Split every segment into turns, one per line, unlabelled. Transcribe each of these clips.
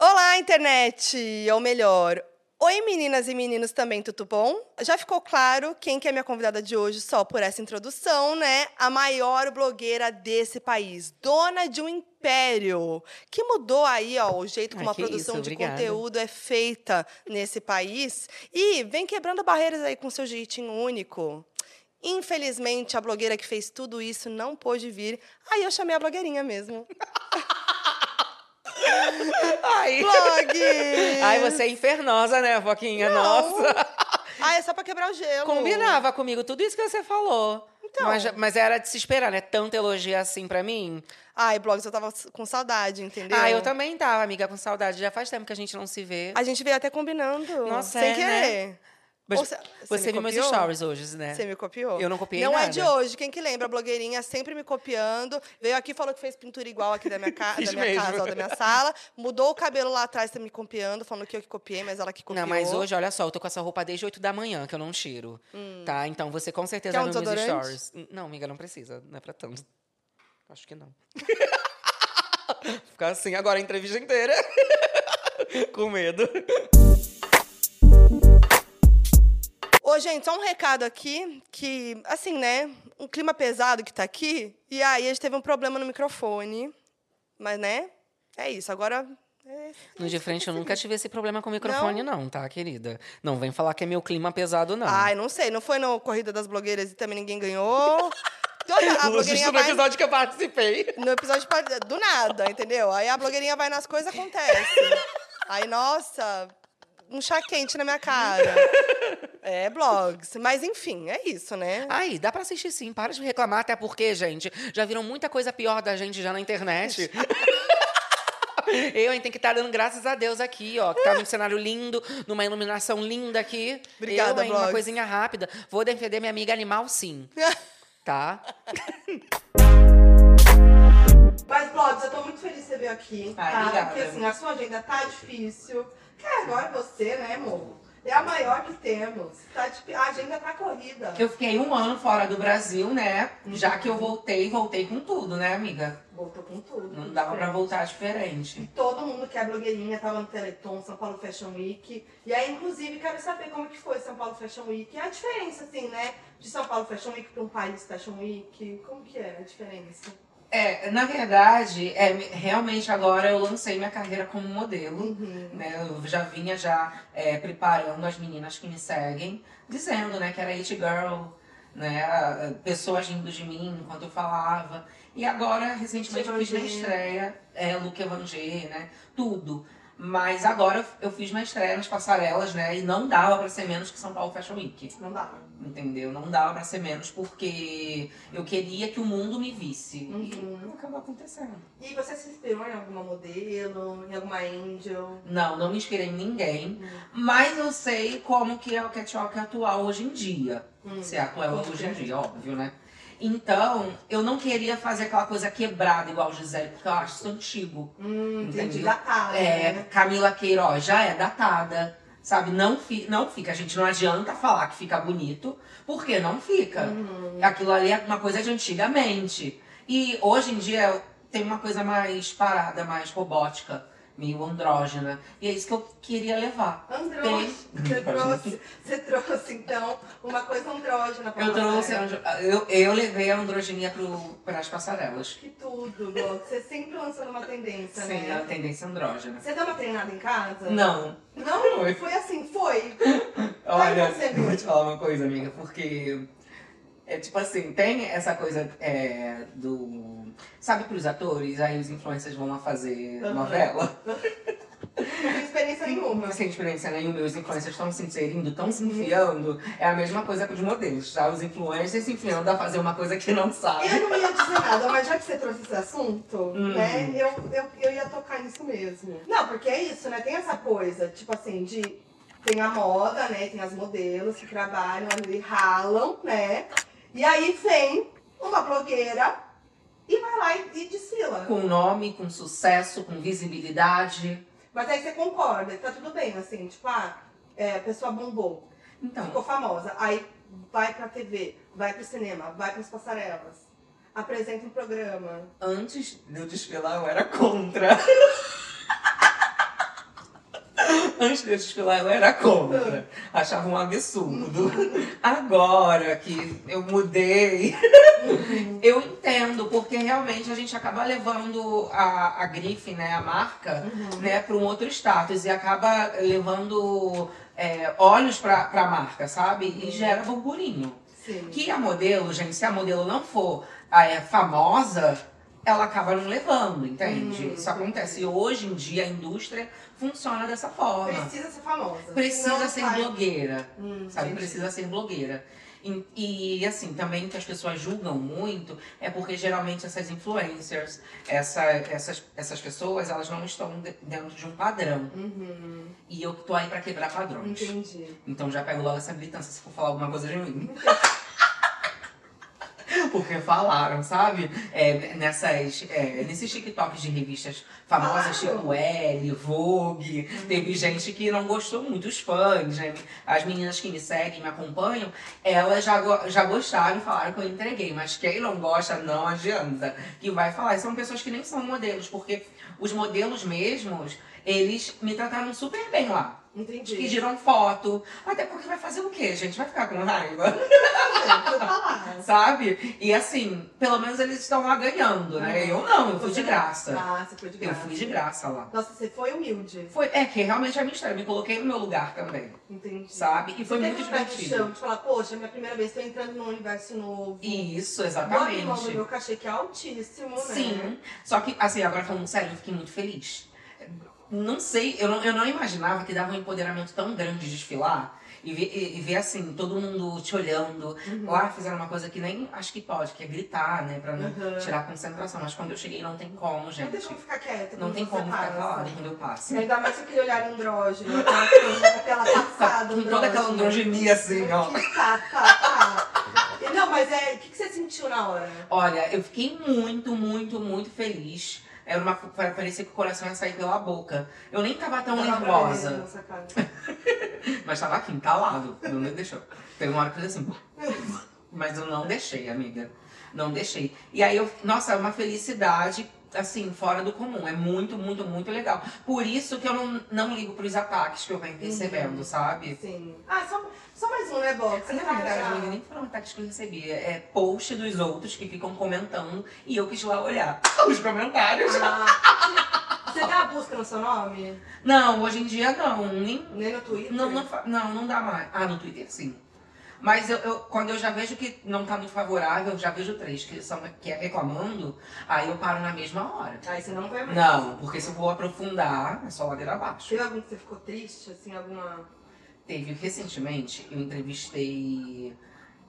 Olá, internet! Ou melhor, oi meninas e meninos também, tudo bom? Já ficou claro quem que é minha convidada de hoje só por essa introdução, né? A maior blogueira desse país, dona de um império, que mudou aí, ó, o jeito como
Ai,
a
que
produção
isso,
de
obrigada.
conteúdo é feita nesse país e vem quebrando barreiras aí com seu jeitinho único. Infelizmente, a blogueira que fez tudo isso não pôde vir. Aí eu chamei a blogueirinha mesmo.
Ai.
Blog!
Ai, você é infernosa, né, Foquinha? Nossa!
Ah, é só pra quebrar o gelo.
Combinava comigo tudo isso que você falou.
Então.
Mas, mas era de se esperar, né? Tanto elogio assim pra mim.
Ai, blogs, eu tava com saudade, entendeu?
Ah, eu também tava, amiga, com saudade. Já faz tempo que a gente não se vê.
A gente veio até combinando.
Nossa,
sem
é,
querer.
Mas
Ou cê-
você
me
viu meus
copiou?
stories hoje, né?
Você me copiou?
Eu não copiei
Não é
nada.
de hoje. Quem que lembra? A blogueirinha sempre me copiando. Veio aqui, falou que fez pintura igual aqui da minha, ca-
Fiz
da minha
mesmo.
casa, ó, da minha sala. Mudou o cabelo lá atrás, tá me copiando, falando que eu que copiei, mas ela que copiou.
Não, mas hoje, olha só, eu tô com essa roupa desde 8 da manhã, que eu não tiro. Tá? Então você com certeza
Quer um
viu meus
desodorante?
stories. Hum, Não, amiga, não precisa. Não é pra tanto. Acho que não. Ficar assim agora a entrevista inteira. com medo.
Ô, gente, só um recado aqui, que, assim, né, um clima pesado que tá aqui, e aí a gente teve um problema no microfone, mas, né, é isso, agora... é-
No de frente eu nunca
Assim,
tive esse problema com o microfone, não, tá, querida? Não vem falar que é meu clima pesado, não.
Ai, não sei, não foi na Corrida das Blogueiras e também ninguém ganhou? Toda, a blogueirinha
Justo no
vai...
episódio que eu participei.
No episódio pa- do nada, entendeu? Aí a blogueirinha vai nas coisas, acontece. Aí, nossa, um chá quente na minha cara. É, blogs. Mas, enfim, é isso, né?
Ai, dá pra assistir sim, para de reclamar, até porque, gente, já viram muita coisa pior da gente já na internet. Eu, hein, tenho que estar dando graças a Deus aqui, ó. Que tá num cenário lindo, numa iluminação linda aqui.
Obrigada,
Eu, hein, uma
blogs.
coisinha rápida. Vou defender minha amiga animal, sim, tá?
Mas, Blogs, eu tô muito feliz de você vir aqui.
Ai,
tá?
obrigada.
Porque assim, a sua agenda tá difícil. Cara, agora você, né, amor? É a maior que temos. Tá dif- a agenda tá corrida.
Eu fiquei um ano fora do Brasil, né? Já que eu voltei, voltei com tudo, né, amiga?
Voltou com tudo.
voltar diferente.
Todo mundo que é blogueirinha tava no Teleton, São Paulo Fashion Week. E aí, inclusive, quero saber como que foi São Paulo Fashion Week. A diferença, assim, né? De São Paulo Fashion Week pra um país Fashion Week. Como que é a diferença?
É, na verdade, é, realmente agora eu lancei minha carreira como modelo.
Uhum.
Né, eu já vinha já é, preparando as meninas que me seguem, dizendo né, que era It Girl, né, a- a- pessoas rindo de mim enquanto eu falava. E agora, recentemente, eu fiz minha
Evangelho.
estreia, é, Luke Evangé, né, tudo. Mas agora eu fiz minha estreia nas passarelas, né? E não dava pra ser menos que São Paulo Fashion Week
Não dá.
entendeu? Não dava pra ser menos porque eu queria que o mundo me visse.
Uhum.
E não acabou acontecendo.
E você se inspirou em alguma modelo, em alguma angel?
Não, não me inspirei em ninguém, mas eu sei como que é o catwalk atual hoje em dia.
Hum.
Se é atual hoje em dia, óbvio, né? Então, eu não queria fazer aquela coisa quebrada igual Gisele, porque eu acho isso antigo.
Hum, entendi.
Entendi.
Datado,
É,
né?
Camila Queiroz já é datada, sabe? Não, fi, não fica, a gente não adianta falar que fica bonito, porque não fica.
Uhum.
Aquilo ali é uma coisa de antigamente. E hoje em dia tem uma coisa mais parada, mais robótica, meio andrógena. E é isso que eu queria levar.
Andrógeno. Você
Tem.
trouxe, você trouxe, então, uma coisa andrógena pra
Eu
você.
trouxe a andro- eu, eu levei a androgenia para as passarelas.
Que tudo, Glo. Você sempre lançando uma tendência,
Sim, a
né?
tendência andrógena.
Você deu uma treinada em casa?
Não.
Não?
Foi.
Foi assim, foi.
Olha,
você,
eu vou te falar uma coisa, amiga, porque é tipo assim, tem essa coisa é, do. Sabe pros atores, aí os influencers vão lá fazer
Aham.
novela?
Não tem experiência nenhuma.
Sem experiência nenhuma, e os influencers estão se inserindo, estão se enfiando. É a mesma coisa com os modelos, tá? Os influencers se enfiando a fazer uma coisa que não sabe.
Eu não ia dizer nada, mas já que você trouxe esse assunto, né? Eu, eu, eu ia tocar isso mesmo. Não, porque é isso, né? Tem essa coisa, tipo assim, de. Tem a moda, né? Tem as modelos que trabalham ali, ralam, né? E aí vem uma blogueira e vai lá e, e desfila.
Com nome, com sucesso, com visibilidade.
Mas aí você concorda, tá tudo bem, assim, tipo, ah, é, a pessoa bombou.
Então,
ficou famosa. Aí vai pra TV, vai pro cinema, vai pras passarelas, apresenta um programa.
antes de eu desfilar, eu era contra. Antes de eu desfilar, eu era contra. Achava um absurdo. Agora que eu mudei, eu entendo, porque realmente a gente acaba levando a, a grife, né, a marca, né, para um outro status e acaba levando é, olhos para a marca, sabe? E gera burburinho.
Sim.
Que a modelo, gente, se a modelo não for ah, é, famosa, ela acaba não levando, entende?
Hum,
Isso acontece. E hoje em dia a indústria funciona dessa forma.
Precisa ser famosa.
Precisa
senão
ser
sai-
blogueira,
Hum,
sabe?
entendi.
Precisa ser blogueira. E, e, assim, também que as pessoas julgam muito é porque geralmente essas influencers, essa- essas, essas pessoas, elas não estão de- dentro de um padrão.
Uhum,
E eu tô aí pra quebrar padrões.
entendi.
Então já pego logo essa militância se for falar alguma coisa de mim. Porque falaram, sabe? É, nessas, é, nesses TikToks de revistas famosas,
Falaram.
tipo Elle, Vogue, teve gente que não gostou muito, os fãs, né? As meninas que me seguem, me acompanham, elas já, go- já gostaram, falaram que eu entreguei. Mas quem não gosta, não adianta. Que vai falar. E são pessoas que nem são modelos, porque os modelos mesmos, eles me trataram super bem lá. Eles
Entendi.
Pediram foto. Até porque vai fazer o quê, gente? Vai ficar com raiva,
Tá lá.
sabe? E assim, pelo menos eles estão lá ganhando, né? Eu não, eu fui de graça.
Ah, você foi de
Eu
graça.
fui de graça lá.
Nossa, você foi humilde.
Foi, é que realmente é minha história. Me coloquei no meu lugar também,
Entendi.
sabe? E foi
Você
muito
teve um pé no chão,
divertido.
de falar, poxa, é minha primeira vez, tô entrando num universo novo.
Isso,
Bora logo no
exatamente.
meu cachê, que é altíssimo, né?
Sim. Só que, assim, agora falando sério, eu fiquei muito feliz. Não sei, eu não, eu não imaginava que dava um empoderamento tão grande de desfilar. E ver, e- e ver, assim, todo mundo te olhando.
Uhum.
Lá fizeram uma coisa que nem acho que pode, que é gritar, né? Pra não
Uhum.
tirar a concentração. Mas quando eu cheguei, não tem como,
Não tem
gente.
como ficar quieta.
Não
quando
tem
você
como ficar
passa.
calado quando eu passo.
Ainda mais com aquele olhar andrógeno, aquela coisa, aquela passada
Com toda aquela androgenia, assim, ó.
Que Tá, tá, tá. E Não, mas é, o que, que você sentiu na hora?
Olha, eu fiquei muito, muito, muito feliz. Era uma, parecia que o coração ia sair pela boca. Eu nem tava tão
Dava pra ver
nervosa.
na nossa cara.
Mas tava aqui, entalado. Eu não deixou. Teve uma hora que eu falei assim. Mas eu não deixei, amiga. Não deixei. E aí eu. Nossa, é uma felicidade, assim, fora do comum. É muito, muito, muito legal. Por isso que eu não, não ligo pros ataques que eu venho recebendo, sabe?
Sim. Ah, só, só mais um, né, Bob? Você
Na
tá
verdade,
já-
amiga, nem foram ataques que eu recebi. É post dos outros que ficam comentando e eu quis lá olhar os comentários.
Ah, Você dá a busca no seu nome?
Não, hoje em dia não. Nem,
Nem no Twitter?
Não, não, fa- não, não dá mais. Ah, no Twitter sim. Mas eu, eu- quando eu já vejo que não tá muito favorável, eu já vejo três que são que é reclamando, aí eu paro na mesma hora.
Aí você não vai mais.
Não, porque se eu vou aprofundar, é só ladeira abaixo.
Teve algum que você ficou triste, assim, alguma...
Teve recentemente, eu entrevistei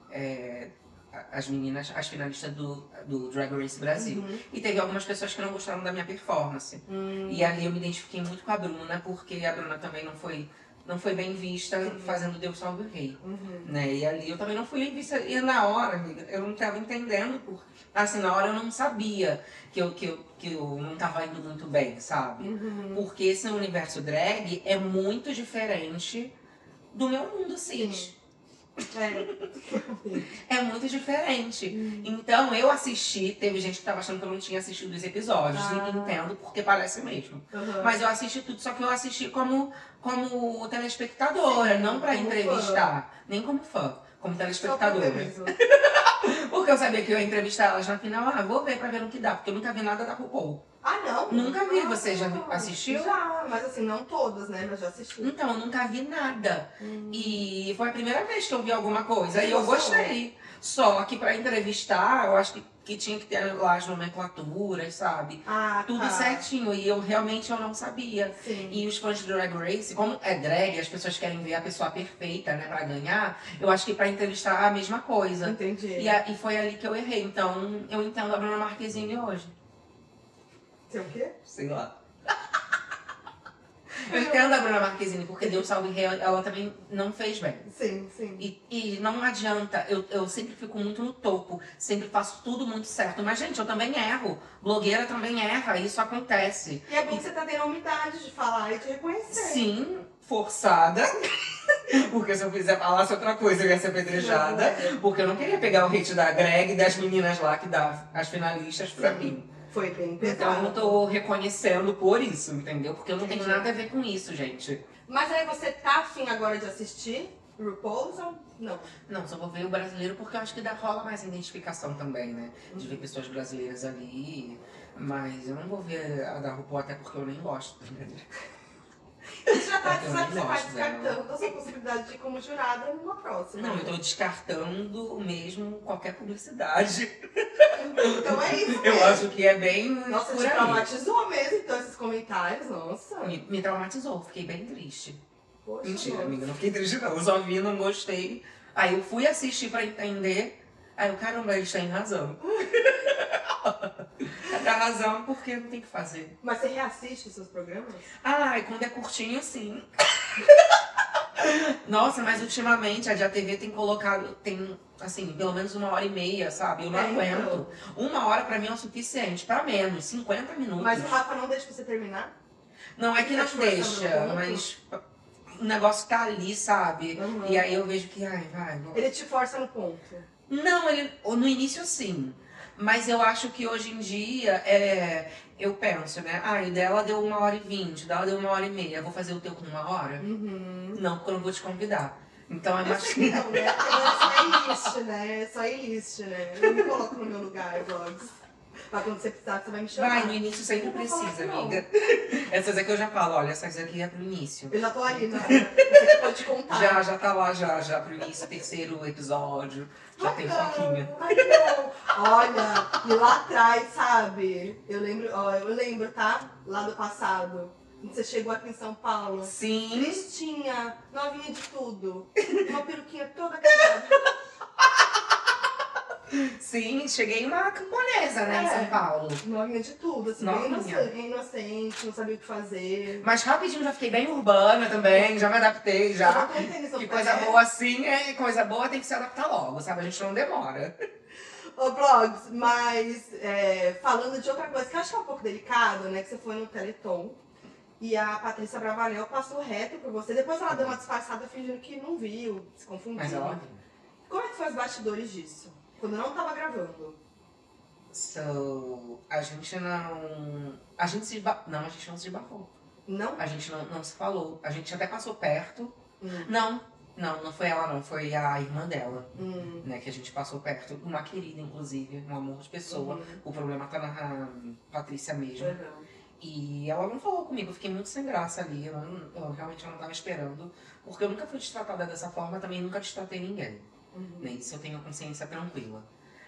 é, a- as meninas, as finalistas do, do Drag Race Brasil.
Uhum.
E teve algumas pessoas que não gostaram da minha performance.
Hum,
E ali eu me identifiquei muito com a Bruna, porque a Bruna também não foi, não foi bem vista fazendo Deus Salve o Rei.
uhum.
né? E ali eu também não fui vista. E na hora, amiga, eu não tava entendendo. Por... Assim, na hora eu não sabia que eu, que, eu, que eu não tava indo muito bem, sabe?
Uhum.
Porque esse universo drag é muito diferente do meu mundo cis.
É.
É muito diferente.
Uhum.
Então eu assisti, teve gente que tava achando que eu não tinha assistido os episódios.
Ah.
E entendo porque parece mesmo.
Uhum.
Mas eu assisti tudo, só que eu assisti como, como telespectadora,
Sim,
não pra
como
entrevistar. Nem como fã, como
Só pra ver
telespectadora.
mesmo.
Porque eu sabia que eu ia entrevistar elas na final. Ah, vou ver pra ver no que dá, porque eu nunca vi nada da RuPaul.
Ah, não?
Nunca vi.
Ah,
Você já
não.
assistiu?
Já, mas assim, não todas, né? Mas já assisti.
Então, eu nunca vi nada.
Hum.
E foi a primeira vez que eu vi alguma coisa. E eu
Gostou?
gostei. Só que pra entrevistar, eu acho que, que tinha que ter lá as nomenclaturas, sabe?
Ah,
Tudo
tá.
certinho. E eu realmente eu não sabia.
Sim.
E os fãs de Drag Race, como é drag, as pessoas querem ver a pessoa perfeita, né, pra ganhar. Eu acho que pra entrevistar é a mesma coisa.
Entendi.
E, a- e foi ali que eu errei. Então, eu entendo a Bruna Marquezine hoje.
Você o quê?
Sei lá. Eu entendo a Bruna Marquezine, porque Deus salve rei, ela também não fez bem.
Sim, sim.
E, e não adianta, eu, eu sempre fico muito no topo, sempre faço tudo muito certo. Mas, gente, eu também erro. Blogueira também erra, isso acontece.
E é bom que você tá tendo a humildade de falar e de reconhecer.
Sim, forçada. Porque se eu fizer falasse outra coisa, eu ia ser apedrejada. Porque eu não queria pegar o hate da Greg e das meninas lá que dá as finalistas pra mim.
Foi bem
Então eu
pesado.
tô reconhecendo por isso, entendeu? Porque eu não tenho
Entendi.
nada a ver com isso, gente.
Mas aí você tá afim agora de assistir RuPaul's ou não?
Não, só vou ver o brasileiro porque eu acho que dá rola mais identificação também, né? De ver pessoas brasileiras ali. Mas eu não vou ver a da RuPaul até porque eu nem gosto.
Você já tá
Eu também
descartando, você tá
gosto dela.
descartando essa possibilidade de ir como jurada numa próxima.
Não, eu tô descartando mesmo qualquer publicidade.
Então é isso.
Eu
mesmo.
acho que é bem.
Nossa,
por
te
aí.
traumatizou mesmo, então, esses comentários. Nossa.
Me, me traumatizou, fiquei bem triste.
Poxa,
Mentira,
nossa.
amiga, não fiquei triste não. Eu só vi, não gostei. Aí eu fui assistir pra entender. Aí eu, caramba, eles têm razão. Dá razão porque não tem o que fazer.
Mas você reassiste os seus programas?
Ai, quando é curtinho, sim. Nossa, mas ultimamente a Dia TV tem colocado, tem, assim, pelo menos uma hora e meia, sabe? Eu não
É,
aguento. Uma hora pra mim é o suficiente, pra menos, 50 minutos.
Mas o Rafa não deixa você terminar?
Não é que
Tá
não
te forçando
deixa,
muito?
mas o negócio tá ali, sabe?
Uhum.
E aí eu vejo que, ai, vai, vou
Ele te força no ponto.
não, ele no início sim. Mas eu acho que hoje em dia é, eu penso, né? Ah, o dela deu uma hora e vinte, o dela deu uma hora e meia. Vou fazer o teu com uma hora?
Uhum.
Não, porque eu não vou te convidar. Então é mais.
Não, né? Porque é só né? É só eliste, né? Eu me coloco no meu lugar, Vlogs. Pra quando você precisar, você vai me chamar.
Vai, no início sempre
Eu não vou falar
precisa,
que não.
amiga. Essas aqui eu já falo, olha, essas aqui é pro início.
Eu já tô ali, né? Você que pode contar.
Já, já tá lá, já, já pro início, terceiro episódio. Já
Ai,
tem
não,
foquinha.
ai, não. Olha, e lá atrás, sabe? Eu lembro, ó, eu lembro, tá? Lá do passado. Quando você chegou aqui em São Paulo.
Sim.
Tristinha, novinha de tudo. Uma peruquinha toda cagada.
Sim, cheguei uma camponesa, né, em
É.
São Paulo.
Novinha de tudo, assim, bem
Novinha.
inocente, bem inocente, não sabia o que fazer.
Mas rapidinho já fiquei bem urbana também, já me adaptei
Eu não
já.
tô entendendo
Que
sobre
coisa
isso. né?
boa assim é coisa boa, tem que se adaptar logo, sabe? A gente não demora.
Ô, Blogs, mas é, falando de outra coisa que eu acho que é um pouco delicado, né? Que você foi no Teleton e a Patrícia Bravanel passou reto por você. Depois ela deu uma disfarçada fingindo que não viu, se confundiu.
Mas ela.
Como é que foi os bastidores disso? Quando eu não tava gravando.
So, a gente não. A gente se esba... Não, a gente não se esbarrou.
Não?
A gente não, não se falou. A gente até passou perto.
Hum,
Não, não, não foi ela, não. Foi a irmã dela,
hum,
né? Que a gente passou perto. Uma querida, inclusive, um amor de pessoa.
uhum.
O problema tá na Patrícia mesmo.
Uhum.
E ela não falou comigo, eu fiquei muito sem graça ali, eu, não- eu realmente não estava esperando, porque eu nunca fui destratada dessa forma, também nunca destratei ninguém,
Uhum.
né? Isso eu tenho a consciência tranquila.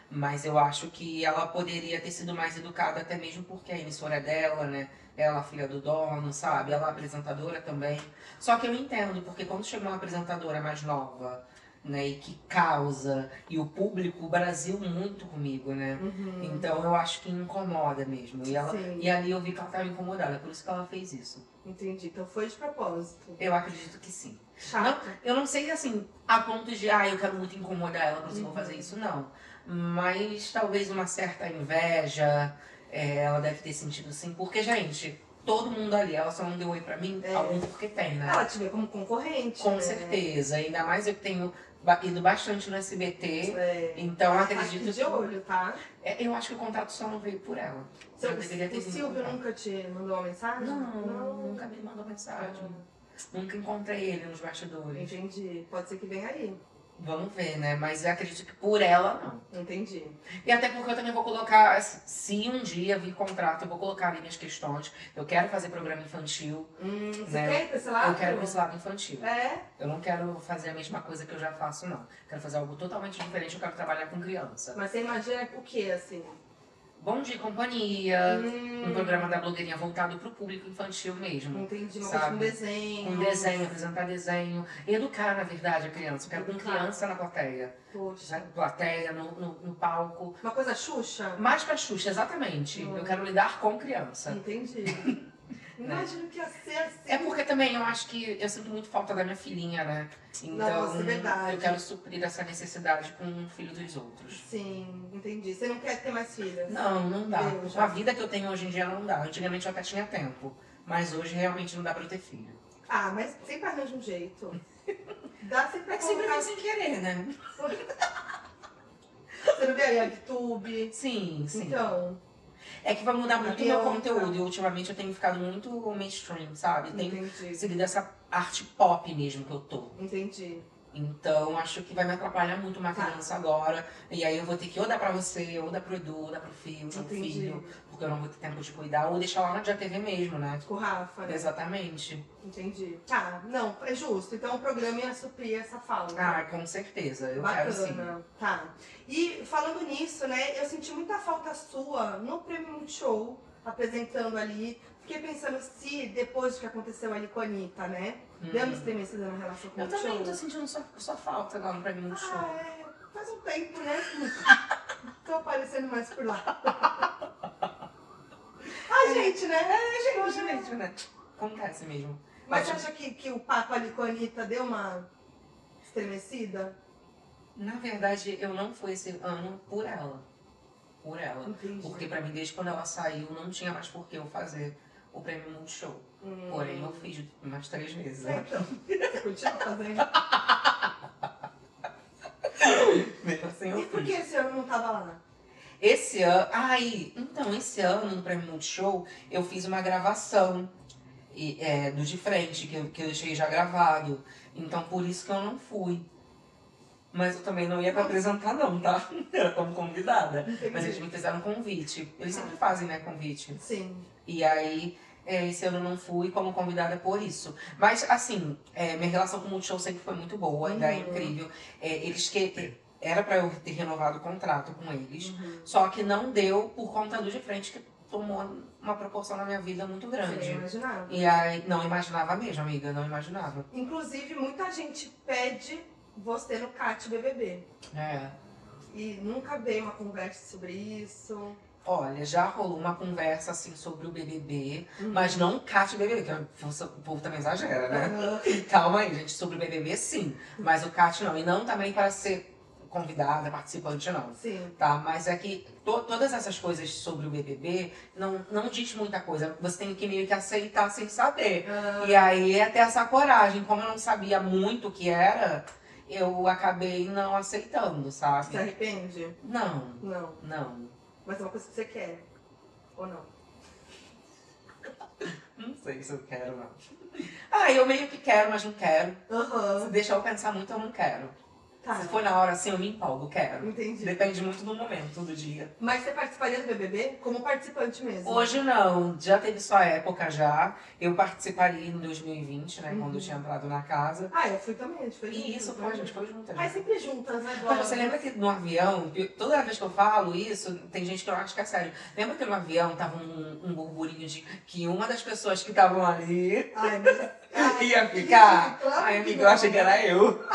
Mas eu acho que ela poderia ter sido mais educada, até mesmo porque a emissora é dela, né? Ela, é filha do dono, sabe? Ela é apresentadora também. Só que eu entendo, porque quando chegou uma apresentadora mais nova, né? E que causa, e o público, o Brasil muito comigo, né?
Uhum.
Então eu acho que incomoda mesmo. E, ela,
Sim.
e ali eu vi que ela estava incomodada, por isso que ela fez isso.
Entendi. Então foi de propósito.
Eu acredito que sim.
Chato.
Eu não sei assim, a ponto de, ah, eu quero muito incomodar ela, por isso eu vou
Uhum.
fazer isso, não. Mas talvez uma certa inveja é, ela deve ter sentido sim. Porque, gente, todo mundo ali, ela só não deu oi pra mim,
É.
algum porque tem, né?
Ela te vê como concorrente.
Com
né?
certeza. Ainda mais eu que tenho ba- ido bastante no SBT.
É.
Então eu
Tá
acredito
de olho, tá?
que- é, Eu acho que o contato só não veio por ela.
Seu-
Eu deveria ter
o
vindo
Silvio
contar.
nunca te mandou uma mensagem?
Não, nunca me mandou mensagem. Nunca encontrei ele nos bastidores.
Entendi. Pode ser que venha aí.
Vamos ver, né? Mas eu acredito que por ela, não.
Entendi.
E até porque eu também vou colocar, se um dia vir contrato, eu vou colocar ali minhas questões. Eu quero fazer programa infantil.
Hum, você
Né?
quer ir pra esse lado?
Eu quero ir esse lado infantil.
É?
Eu não quero fazer a mesma coisa que eu já faço, não. Quero fazer algo totalmente diferente. Eu quero trabalhar com criança.
Mas você imagina o que, assim?
Bom dia, e companhia.
Hum,
Um programa da blogueirinha voltado pro público infantil mesmo.
Entendi. Uma coisa
sabe?
com desenho.
Um desenho, apresentar desenho, educar, na verdade, a criança. Eu Quero com
Educar.
criança na plateia.
Poxa.
Na plateia, no, no, no palco.
Uma coisa Xuxa?
Mais pra Xuxa, exatamente.
Hum.
Eu quero lidar com criança.
Entendi. Imagina o que ia ser assim.
É porque também eu acho que eu sinto muito falta da minha filhinha, né? Então,
Nossa, é verdade.
eu quero suprir essa necessidade com o filho dos outros.
Sim, entendi. Você não quer ter mais filhas?
Não, não dá.
Eu já-
A vida que eu tenho hoje em dia não dá. Antigamente eu até tinha tempo, mas hoje realmente não dá pra eu ter filho.
Ah, mas sempre arranja um jeito. Dá sempre pra
É que sempre
colocar...
foi sem querer, né?
Você não vê aí a YouTube?
Sim, sim.
Então,
é que vai mudar muito o meu
Adianta.
conteúdo. E ultimamente eu tenho ficado muito mainstream, sabe?
Uhum.
Tenho
entendi.
seguido essa arte pop mesmo que eu tô.
Entendi.
Então, acho que vai me atrapalhar muito uma
Tá.
criança agora. E aí eu vou ter que ou dar pra você, ou dar pro Edu, ou dar pro filho, ou dar pro
Entendi.
filho. Porque eu não vou ter tempo de cuidar. Ou deixar lá na dia TV mesmo, né?
Com o Rafa, né?
Exatamente.
Entendi. Tá, não, é justo. Então o programa ia suprir essa falta.
Ah, com certeza. Eu quero sim.
Bacana, tá. E falando nisso, né, eu senti muita falta sua no Prêmio Multishow, apresentando ali. Fiquei pensando se depois do que aconteceu ali com a Anitta, né?
Hum.
Deu uma estremecida na relação com o
Eu
Multishow.
também tô sentindo sua, sua falta lá no Prêmio do
Ah,
Show.
é. Faz um tempo, né? tô aparecendo mais por lá. ah, gente, né? É,
Hoje mesmo, né? Acontece mesmo. tipo,
Mas você
Ótimo.
acha que, que o papo ali com a Anitta deu uma estremecida?
Na verdade, eu não fui esse ano por ela. Por ela.
Entendi.
Porque pra mim, desde quando ela saiu, não tinha mais por que eu fazer o Prêmio Multishow.
Hum.
Porém, eu fiz mais três vezes.
É,
né?
Então, você continua fazendo?
Mesmo assim, eu
E por
fiz.
que esse ano não tava lá? né?
Esse ano. Ai, então, esse ano, no Prêmio Multishow, eu fiz uma gravação e, é, do De Frente, que eu, que eu deixei já gravado. Então, por isso que eu não fui. Mas eu também não ia pra apresentar, não, tá? Era como convidada. Mas eles me fizeram um convite. Eles sempre fazem, né, convite.
Sim.
E aí, é, esse ano eu não fui como convidada por isso. Mas, assim, é, minha relação com o Multishow sempre foi muito boa, ainda é
Uhum.
incrível. É, eles que. Era pra eu ter renovado o contrato com eles. Só que não deu por conta do de frente, que tomou uma proporção na minha vida muito
Você
grande.
imaginava.
E aí, não imaginava mesmo, amiga, não imaginava.
Inclusive, muita gente pede você no CAT BBB.
É.
E nunca veio uma conversa sobre isso.
Olha, já rolou uma conversa assim sobre o BBB, mas não o Cat BBB, que o o povo também exagera, né?
Aham.
Calma aí, gente. Sobre o BBB, sim. Mas o CAT não. E não também para ser convidada, participante, não.
Sim.
Tá? Mas é que to- todas essas coisas sobre o BBB não, não diz muita coisa. Você tem que meio que aceitar sem saber. E aí é ter essa coragem. Como eu não sabia muito o que era, eu acabei não aceitando,
Você se
sabe?
arrepende?
Não,
Não.
não.
Mas é uma coisa que você quer. Ou não?
Não sei se eu quero, não. Ah, eu meio que quero, mas não quero.
Aham.
Se deixar eu pensar muito, eu não quero.
Tá.
Se for na hora assim, eu me empolgo, quero.
Entendi.
Depende muito do momento do dia.
Mas você participaria do BBB como participante mesmo?
Hoje não, já teve sua época já. Eu participaria em 2020, né? Quando eu tinha entrado na casa.
Ah, eu fui também. A gente foi né?
E isso foi, a gente foi junto.
Ai, sempre juntas agora.
Mas você lembra que no avião, toda vez que eu falo isso, tem gente que eu acho que é sério. Lembra que no avião tava um, um burburinho de que uma das pessoas que estavam ali
Ai, mas... Ai,
ia ficar?
claro
Ai,
que
amiga,
não.
eu achei que era eu.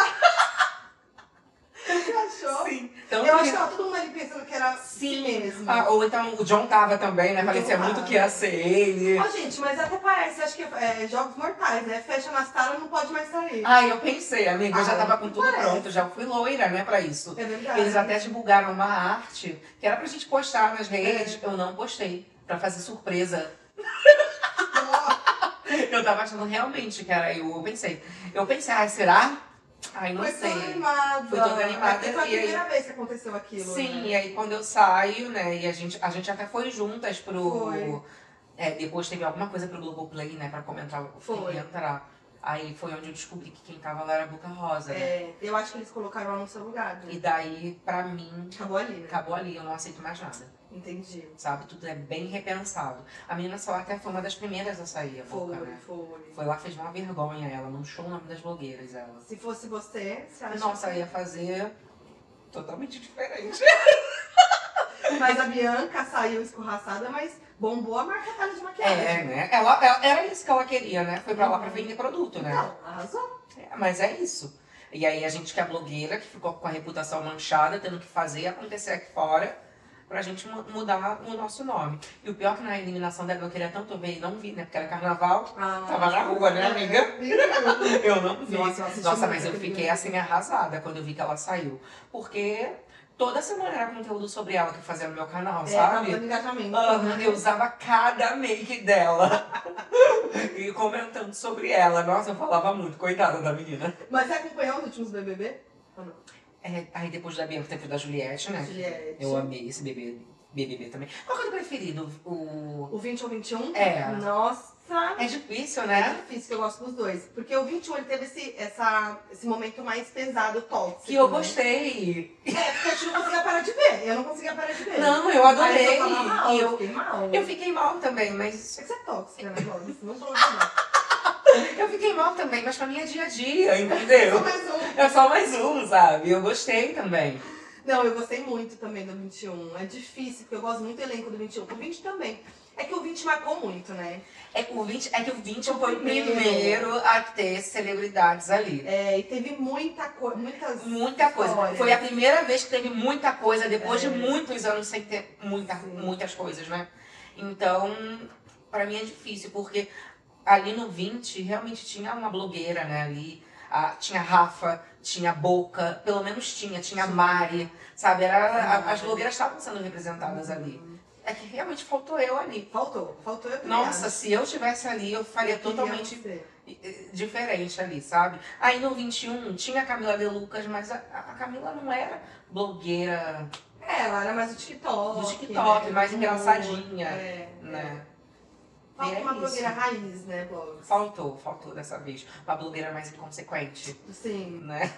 Você achou?
Sim. Então,
Eu acho que tava todo mundo ali pensando que era si
Sim.
mesmo.
Ah, ou então o John tava também, né?
O
Parecia
John
muito
tava.
que ia ser ele.
Ó, gente, mas até parece, acho que é Jogos Mortais, né? Fecha na sala, não pode mais sair.
Ai, eu pensei, amiga, eu já
Ai,
tava com tudo
Ah, parece.
pronto, já fui loira, né, pra isso.
É verdade.
Eles até divulgaram uma arte que era pra gente postar nas
É.
redes, eu não postei, pra fazer surpresa. Eu tava achando realmente que era eu, eu pensei. Eu pensei, ai, será? Ai, não
Foi
sei.
toda animada.
Foi toda animada,
Foi a
e aí-
primeira vez que aconteceu aquilo.
Sim, é.
né?
e aí quando eu saio, né, e a gente, a gente até foi juntas pro...
Foi.
É, depois teve alguma coisa pro Globoplay, né, pra comentar o
Foi.
que ia entrar. Aí foi onde eu descobri que quem tava lá era a Boca Rosa, né.
É, eu acho que eles colocaram ela no seu lugar. né?
E daí, pra mim,
Acabou ali, né?
acabou ali, eu não aceito mais nada.
Entendi.
Sabe? Tudo é bem repensado. A menina saiu até foi uma das primeiras a sair, a boca,
Foi,
né?
foi.
Foi lá, fez uma vergonha ela, não show o nome das blogueiras ela.
Se fosse você, você acha
Nossa, eu ia fazer É, totalmente diferente.
Mas a Bianca saiu escorraçada, mas bombou a marca dela de
É,
maquiagem.
né? Ela, ela- era isso que ela queria, né? Foi pra lá pra vender produto, né?
Não, arrasou.
É, mas é isso. E aí a gente que é blogueira, que ficou com a reputação manchada, tendo que fazer acontecer aqui fora, pra gente mu- mudar o nosso nome. E o pior é que na eliminação dela eu queria tanto ver e não vi, né? Porque era carnaval. Tava na rua, né, amiga? Eu não vi.
Nossa,
Nossa,
eu assisti
mas eu
muito.
fiquei assim arrasada quando eu vi que ela saiu. Porque toda semana era conteúdo sobre ela que eu fazia no meu canal,
É, tava
sabe?
dando engajamento. né?
Aham, eu usava cada make dela e comentando sobre ela. Nossa, eu falava muito, coitada da menina.
Mas você acompanhou os últimos BBB?
É, aí depois da Bianca teve o da Juliette, né?
Juliette.
Eu amei esse bebê, BBB também. Qual que é o teu preferido? O...
O 20 ou 21?
É.
Nossa.
É difícil,
É
né?
difícil, que eu gosto dos dois. Porque o 21 ele teve esse, essa, esse momento mais pesado, tóxico.
Que eu
né?
gostei.
É, porque a gente não conseguia parar de ver. Eu não conseguia parar de ver.
Não, É. eu
Aí
adorei.
eu tava mal,
E
eu
eu,
fiquei mal.
eu fiquei mal também, mas
Você é tóxica, né, Bob? Não vou ajudar.
Eu fiquei mal também, mas pra mim é dia a dia, entendeu?
Mais um.
É só mais um, sabe? Eu gostei também.
Não, eu gostei muito também do 21. É difícil, porque eu gosto muito do elenco do 21. O 20 também. É que o 20 marcou muito, né?
É que o 20, é que o 20
Foi
foi o
primeiro.
primeiro a ter celebridades ali. né?
É, e teve muita coisa, muitas...
Muita coisa.
Olha. É.
Foi a primeira vez que teve muita coisa, depois de muitos anos sem ter muita,
Sim.
muitas coisas, né? Então, pra mim é difícil, porque ali no 20 realmente tinha uma blogueira, né? Ali a- tinha Rafa, tinha Boca, pelo menos tinha, tinha Mari, sabe? Era, a- as blogueiras estavam sendo representadas
Uhum.
ali. É que realmente faltou eu ali.
Faltou, faltou eu também
Nossa,
acho.
se eu estivesse ali, eu faria
Eu queria
totalmente
você.
diferente ali, sabe? Aí no 21 tinha a Camila de Lucas, mas a, a Camila não era blogueira
É, ela era mais o TikTok. né?
Do TikTok, mais
Muito,
engraçadinha,
É, é.
né? E
Falta
é
uma
isso.
blogueira raiz, né, Bob?
Faltou, faltou dessa vez. Uma blogueira mais inconsequente,
Sim.
né?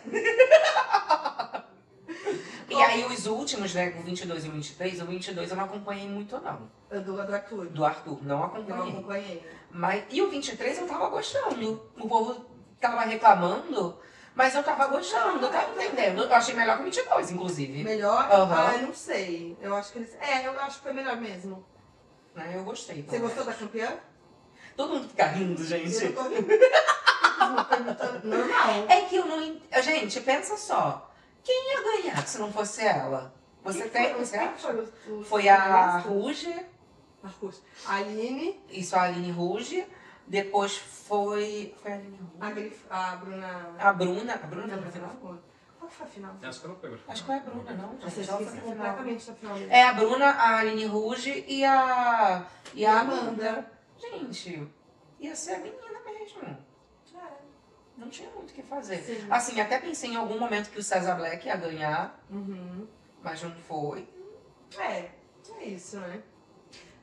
e aí os últimos, né? O 22 e o 23, o 22 eu não acompanhei muito, não.
Eu dou a do Arthur.
Do Arthur, não
Não
acompanhei.
acompanhei.
Mas, e o 23 eu tava gostando. O povo tava reclamando, mas eu tava gostando, eu tava entendendo. Eu achei melhor que o 22, inclusive. né?
Melhor?
Aham.
Ah, eu não sei. Eu acho que eles... É, eu acho que foi melhor mesmo.
Né? Eu gostei.
Você
pelo
gostou da
menos.
campeã?
Todo mundo fica rindo,
Eu
gente.
não tô rindo. Uma pergunta normal.
É que eu não. en- Gente, pensa só. Quem ia ganhar se não fosse ela? Você
Quem
tem,
foi-
você
quem
acha?
foi o- o-
Foi a
o-
Ruge,
Marcos. Aline,
isso a Aline Ruge. Depois foi. Foi a Aline
a,
Ruge.
Grif, a Bruna.
A Bruna. A Bruna
não,
foi pra
foi
final?
Qual que foi a final?
Acho que ela foi.
Acho que é a Bruna, não.
Nossa, eu
Gente, ela foi
esqueci
pra final.
completamente da final.
É a Bruna, a Aline Ruge e a. E a Amanda. Gente, ia ser a menina mesmo. Não tinha muito o que fazer.
Sim.
Assim, até pensei em algum momento que o César Black ia ganhar,
Uhum.
mas não foi.
É, é isso, né?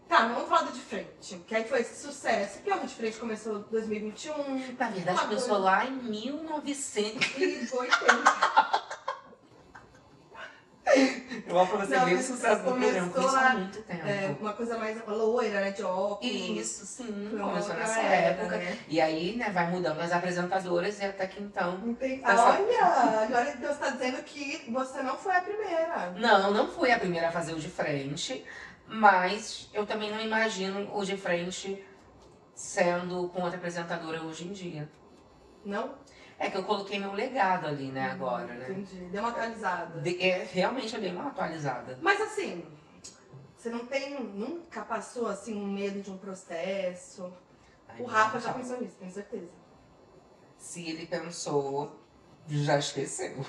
Tá, vamos falar do de frente. Que aí foi esse sucesso. Que é o de frente começou em 2021.
Na verdade,
Uma
começou lá em 1900.
E foi tempo.
Eu acho pra você
Não,
ver o
mas
sucesso do
começou
programa. Começou
lá-
há muito tempo.
É, uma coisa mais loira, né? De óculos.
E Isso, sim,
Foi uma
começou
outra
nessa
era,
época.
né?
E aí, né, vai mudando as apresentadoras e até que então.
Não tem-
Essa-
Olha, agora Deus tá dizendo que você não foi a primeira.
Não, não fui a primeira a fazer o de frente, mas eu também não imagino o de frente sendo com outra apresentadora hoje em dia.
Não?
É que eu coloquei meu legado ali, né, agora, né?
Entendi. Deu uma atualizada.
De- é, realmente eu dei uma atualizada.
Mas assim, você não tem. Nunca passou assim um medo de um processo.
Ai,
O Rafa
meu
já
Deus.
pensou nisso, tenho certeza.
Se ele pensou, já esqueceu.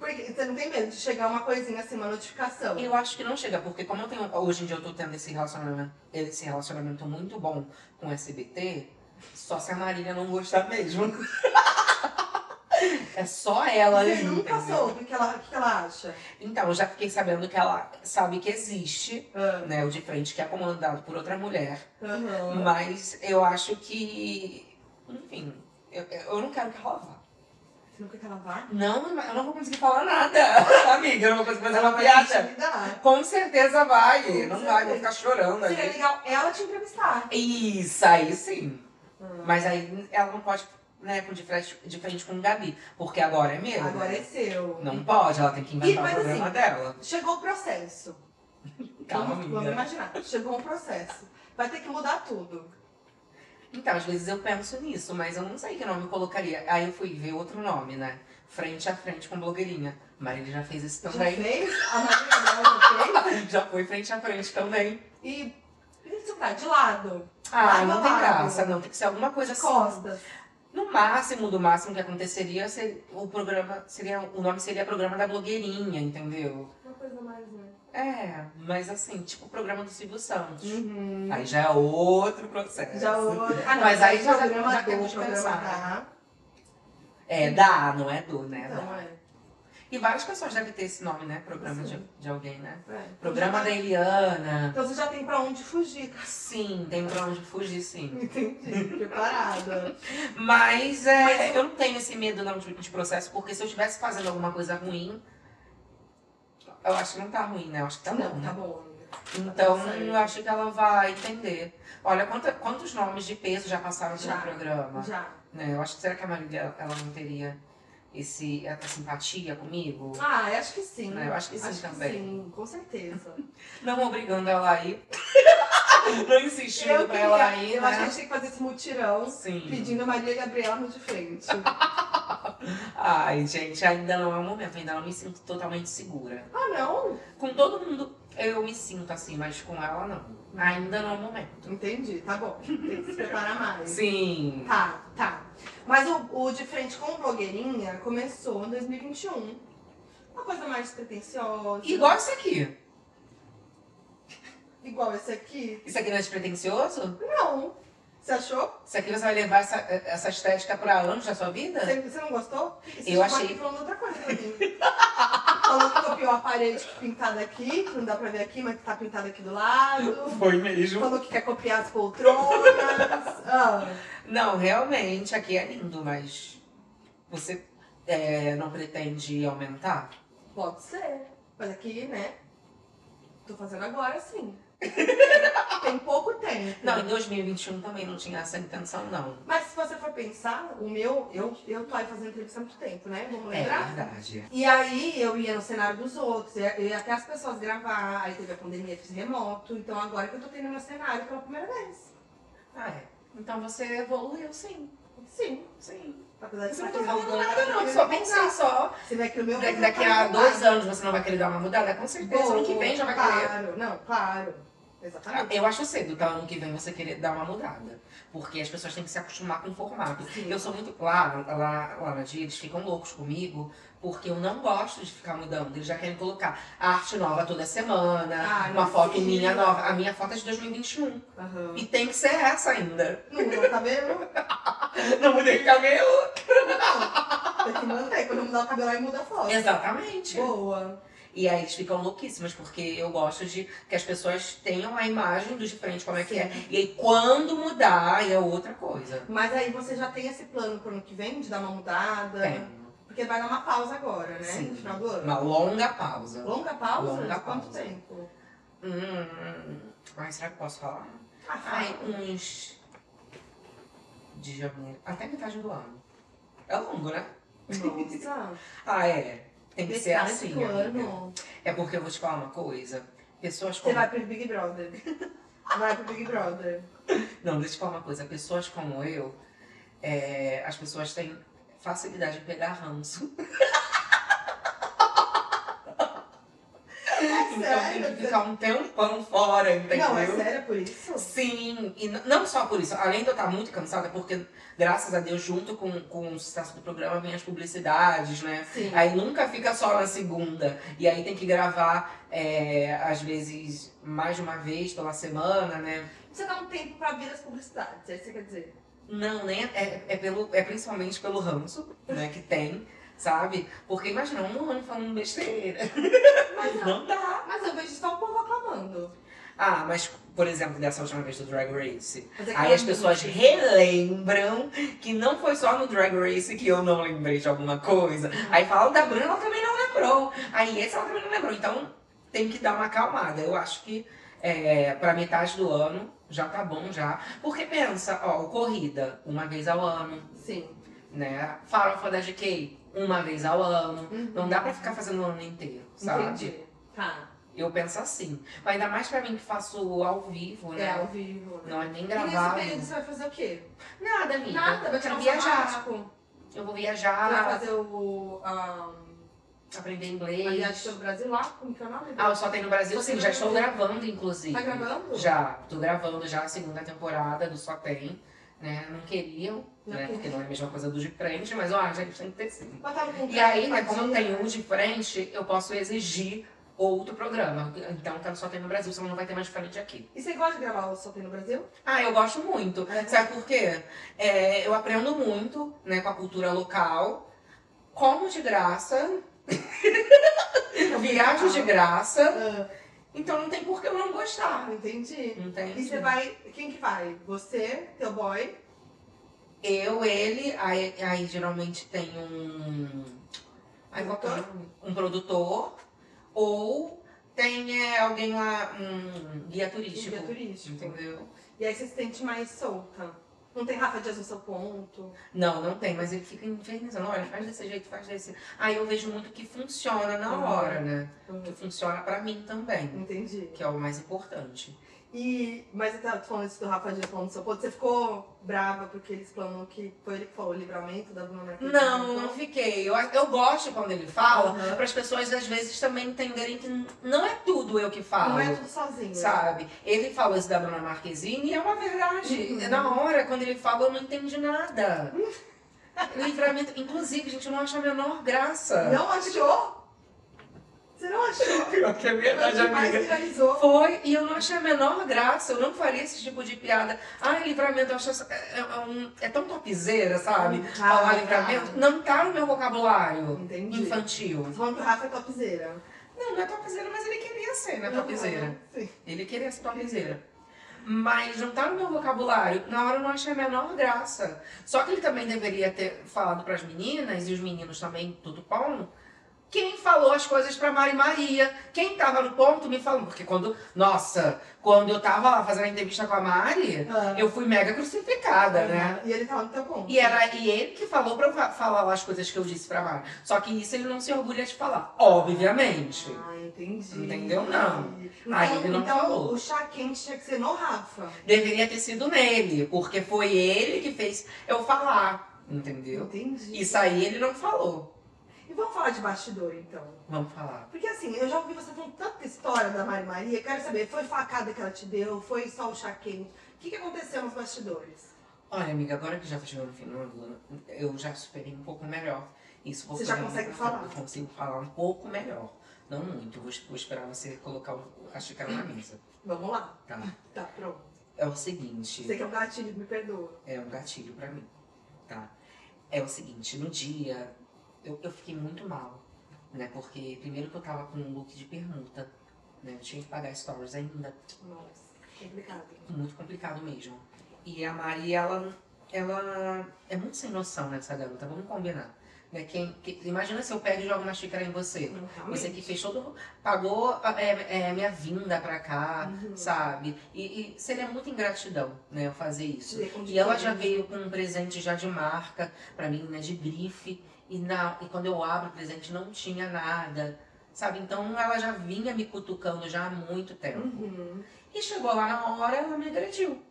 Porque você não tem medo de chegar uma coisinha assim, uma notificação.
Eu acho que não chega, porque como eu tenho. Hoje em dia eu tô tendo esse relacionamento, esse relacionamento muito bom com o SBT, só se a Marília não gostar mesmo. é só ela ali.
Você nunca
entendeu?
soube o que ela, o que ela acha.
Então, eu já fiquei sabendo que ela sabe que existe,
Ah,
né? O de frente que é comandado por outra mulher.
aham.
Mas eu acho que. Enfim, eu, eu não quero que ela vá.
Você nunca quer ela vá?
Não, eu não vou conseguir falar nada. Amiga, eu não vou conseguir fazer é uma piada.
intimidar.
Com certeza vai.
Com
não
certeza.
vai, vou ficar chorando
Seria
ali.
legal ela te entrevistar.
Isso, aí sim.
Hum.
Mas aí ela não pode, né, com de frente, de frente com o Gabi. Porque agora é meu.
Agora
né?
é seu.
Não pode, ela tem que
Ih,
inventar
mas
o programa
assim,
dela.
Chegou o processo.
Calma,
vamos, vamos
amiga.
imaginar. Chegou um processo. Vai ter que mudar tudo.
Então, às vezes eu penso nisso, mas eu não sei que nome eu colocaria. Aí eu fui ver outro nome, né? Frente a frente com blogueirinha. Marília já fez isso
Já
também.
fez? A Marília Mendonça já fez?
Já foi frente a frente também.
E isso vai de lado.
Ah,
Lado
não
a
tem
lado.
graça, não. Tem que ser alguma coisa
De
assim.
costas.
No máximo, do máximo que aconteceria, ser- o programa seria. O nome seria programa da blogueirinha, entendeu?
Uma coisa mais, né?
É, mas assim, tipo o programa do Silvio Santos.
Uhum.
Aí já é outro processo.
Já o... Ah, não,
Mas aí já-
programa
já
do
temos que
programa
pensar.
tá.
É, dá, não é do, né?
Então,
Dá.
é.
E várias pessoas devem ter esse nome, né? Programa de, de alguém, né?
é.
Programa da Eliana.
Então você já tem pra onde fugir.
Sim, tem pra onde fugir, sim.
Entendi. Preparada.
Mas é, eu não tenho esse medo não de, de processo, porque se eu estivesse fazendo alguma coisa ruim, eu acho que não tá ruim, né? Eu acho que tá bom,
Não,
né?
tá bom. amiga.
Então
Tá certo.
eu acho que ela vai entender. Olha, quanta- quantos nomes de peso já passaram
Já.
pelo programa.
Já.
Né? Eu acho que será que a Marília ela não teria esse, essa simpatia comigo?
Ah, eu acho que sim.
Né, eu acho que sim também.
sim, com certeza.
Não obrigando ela a ir. não insistindo pra
queria-
ela ir,
eu
né?
acho que a gente tem que fazer esse mutirão
Sim.
pedindo a Maria Gabriela no de frente.
Ai, gente, ainda não é o momento, ainda não me sinto totalmente segura.
ah, não?
Com todo mundo eu me sinto assim, mas com ela não. Ainda não é o momento.
Entendi, tá bom. Tem que se preparar mais.
Sim.
Tá, tá. Mas o, o De Frente com Blogueirinha começou em 2021. Uma coisa mais pretensiosa.
Igual isso aqui.
Igual esse aqui?
Isso aqui não é despretensioso?
Não. Você achou?
Isso aqui você vai levar essa, essa estética pra anos da sua vida?
Você, você não gostou? Esse tipo
Eu achei.
aqui falando outra coisa pra mim. Falou que copiou a parede pintada aqui, que não dá pra ver aqui, mas que tá pintada aqui do lado.
Foi mesmo.
Falou que quer copiar as poltronas. Ah.
Não, realmente aqui é lindo, mas você é, não pretende aumentar?
Pode ser. Mas aqui, né? Tô fazendo agora sim. Tem pouco tempo.
Não, em 2021 também não tinha essa intenção, não.
Mas se você for pensar, o meu, eu, eu tô aí fazendo entrevista há muito tempo, né? Vamos
É
lembrar?
verdade.
E aí eu ia no cenário dos outros, eu ia até as pessoas gravar, aí teve a pandemia, fiz remoto, então agora que eu tô tendo meu cenário pela primeira vez.
Ah, é. Então você evoluiu, sim.
Sim.
Sim.
Apesar de
Você não
tá
tá falando
tentando-
nada, não. Só pensei só.
Você vê que o meu
Da-
vai
Daqui a
ficar
dois anos você não vai querer dar uma mudada? Com certeza.
Boa,
Ano que vem já vai querer.
Claro, não, claro.
Ah,
Exatamente.
Eu acho cedo, tá? Ano que vem você querer dar uma mudada. Porque as pessoas têm que se acostumar com o formato.
Sim.
Eu sou muito. Lá, lá, lá na dia, eles ficam loucos comigo, porque eu não gosto de ficar mudando. Eles já querem colocar arte nova toda semana,
Ah,
uma
não
foto
precisa.
minha nova. A minha foto é de 2021.
Aham.
E tem que ser essa ainda.
Não, tá vendo?
Não mudei o cabelo.
Tem que manter. Quando mudar o cabelo aí muda a foto.
Exatamente.
Boa.
E aí eles ficam louquíssimas, porque eu gosto de que as pessoas tenham a imagem do de frente, como é que é. E aí quando mudar, aí é outra coisa.
Mas aí você já tem esse plano pro ano que vem de dar uma mudada?
Tem.
Porque vai dar uma pausa agora, né?
É. Sim.
No final do ano.
Uma longa pausa.
Longa pausa?
Longa
de quanto
pausa.
tempo?
Hum, ai, será que eu posso falar?
Ah,
Ai, uns. De janeiro. Até metade do ano. É longo, né?
Nossa.
Ah, é. Tem que ser
metade
assim.
do
amiga.
ano.
É porque eu vou te falar uma coisa. Pessoas
Você
como.
vai pro Big Brother. Vai pro Big Brother.
Não, deixa eu te falar uma coisa. Pessoas como eu, é, as pessoas têm facilidade de pegar ranço.
É
Então tem
sério?
que ficar um tempão fora, entendeu?
Não, é sério por isso?
Sim, e n- não só por isso. Além de eu estar muito cansada, porque, graças a Deus, junto com, com o sucesso do programa, vem as publicidades, né?
Sim.
Aí nunca fica só na segunda. E aí tem que gravar, é, às vezes, mais de uma vez pela semana, né?
Você dá um tempo pra vir as publicidades, é isso que você quer dizer?
Não, nem é, é, pelo, é principalmente pelo ranço, né, que tem, sabe? Porque imagina, um ano falando besteira.
Mas, não.
Não dá.
mas eu vejo só o povo aclamando.
Ah, mas, por exemplo, dessa última vez do Drag Race.
Mas é que
Aí
não
as
é
pessoas
muito.
relembram que não foi só no Drag Race que eu não lembrei de alguma coisa.
Uhum.
Aí falam da Bruna, ela também não lembrou. Aí esse ela também não lembrou. Então tem que dar uma acalmada. Eu acho que é, pra metade do ano já tá bom já. Porque pensa, ó, o corrida, uma vez ao ano,
Sim.
né? Farofa da GK, uma vez ao ano. Não dá pra ficar fazendo o ano inteiro, sabe?
Entendi. Tá.
Eu penso assim. Mas ainda mais pra mim que faço ao vivo,
É, ao
né?
vivo. Né?
Não é nem
E
gravado.
nesse período você vai fazer o quê?
Nada, amiga.
Nada, vai
eu
tirar
quero
um
viajar. Ah,
sabático.
Eu vou
Você vai ah,
viajar.
fazer o. ahn,
Aprender
Mas
inglês.
viagem pelo Brasil lá, como que é o nome?
Ah, eu só tenho no Brasil,
Só
sim.
tem
Já
no
estou
Brasil.
gravando, inclusive.
Tá gravando?
Já, tô gravando já a segunda temporada do Só Tem, né? Não queriam,
Não
né?
queria.
Porque não é a mesma coisa do de frente, mas ó, a gente tem que ter sim.
Mas tava com
E aí, né,
vontade
como eu
de-
tenho um de frente, eu posso exigir outro programa. Então, tá no Só Tem no Brasil, senão não vai ter mais de frente aqui.
E você gosta de gravar o Só Tem no Brasil?
Ah, eu gosto muito.
É.
Sabe por quê? É, eu aprendo muito, né, com a cultura local. Como de graça. Viajo de graça.
Ah,
Então não tem por que eu não gostar. né?
entendi.
Não tem.
E você vai. Quem que vai? Você, teu boy?
Eu, ele, aí, aí geralmente tem um. Aí qual que é o nome? Um produtor. Ou tem é, alguém lá, um guia
e
turístico.
guia turístico.
Entendeu?
E aí você se sente mais solta. Não tem Rafa Dias no seu ponto.
Não, não tem, mas ele fica infernizando. Olha, faz desse jeito, faz desse. Aí eu vejo muito que funciona na
Uhum.
hora, né? Que funciona pra mim também,
Entendi.
que é o mais importante.
E, mas eu tava falando isso do Rafa Dias falando do seu ponto. Você ficou brava porque ele explanou que foi ele que falou o livramento da Então, Bruna Marquezine?
Não, não fiquei. Eu, eu gosto quando ele fala,
Uhum.
para as pessoas às vezes também entenderem que n- não é tudo eu que falo.
Não é tudo sozinho.
Sabe? Ele falou isso da Bruna Marquezine e é uma verdade.
Uhum.
Na hora, quando ele falou, eu não entendi nada. Livramento. Inclusive, gente, eu não acho a menor graça.
Não achou? Você não achou?
pior que é
Foi o que mais viralizou.
Foi, e eu não achei a menor graça, eu não faria esse tipo de piada. Ai, livramento, eu acho essa- é, é um- é tão topzeira, sabe?
Ah,
Falar
tá.
livramento não tá no meu vocabulário
Entendi.
infantil.
Tô falando que o Rafa é topzera.
Não, não é topzeira, mas ele queria ser,
Uhum.
né, topzeira.
Sim.
Ele queria ser topzeira. Mas não tá no meu vocabulário. Na hora eu não achei a menor graça. Só que ele também deveria ter falado pras meninas, e os meninos também, tudo bom. Quem falou as coisas pra Mari Maria? Quem tava no ponto me falou. Porque quando. Nossa, quando eu tava lá fazendo a entrevista com a Mari,
Ah.
eu fui mega crucificada, né?
E ele tava no teu ponto.
E, era, e ele que falou pra eu fa- falar lá as coisas que eu disse pra Mari. Só que isso ele não se orgulha de falar, obviamente.
Ah, entendi.
Entendeu? Não.
Então,
Aí ele não
então
falou.
o chá quente tinha que ser no Rafa.
deveria ter sido nele, porque foi ele que fez eu falar, entendeu?
Entendi.
Isso aí ele não falou.
E vamos falar de bastidor, então.
Vamos falar.
Porque assim, eu já ouvi você falando tanta história da Mari Maria, eu quero saber, foi facada que ela te deu, foi só o chá quente? O que, que aconteceu nos bastidores?
Olha, amiga, agora que já chegou no final do ano, eu já superei um pouco melhor. Isso
Você já
porque eu-
consegue
eu
falar?
consigo falar um pouco melhor. Não muito, vou, vou esperar você colocar o- a xícara na mesa,
Vamos lá.
tá?
Tá, pronto.
É o seguinte.
Você que é um gatilho, me perdoa.
é um gatilho pra mim, tá? É o seguinte, no dia eu, eu fiquei muito mal, né? Porque primeiro que eu tava com um look de permuta, né? Eu tinha que pagar stories ainda,
Nossa, complicado.
muito complicado mesmo. E a Mari, ela, ela é muito sem noção, né, essa garota, vamos combinar. Né? Quem, que- imagina se eu pego e jogo uma xícara em você.
Não, tá realmente.
Você que fez todo. pagou é, é, minha vinda pra cá,
Uhum.
sabe? E, e seria muita ingratidão, né, eu fazer isso.
Te dei
E ela já veio com um presente já de marca pra mim, né, de grife. E, na, e quando eu abro o presente não tinha nada, sabe? Então ela já vinha me cutucando já há muito tempo.
Uhum.
E chegou lá na hora, ela me agrediu.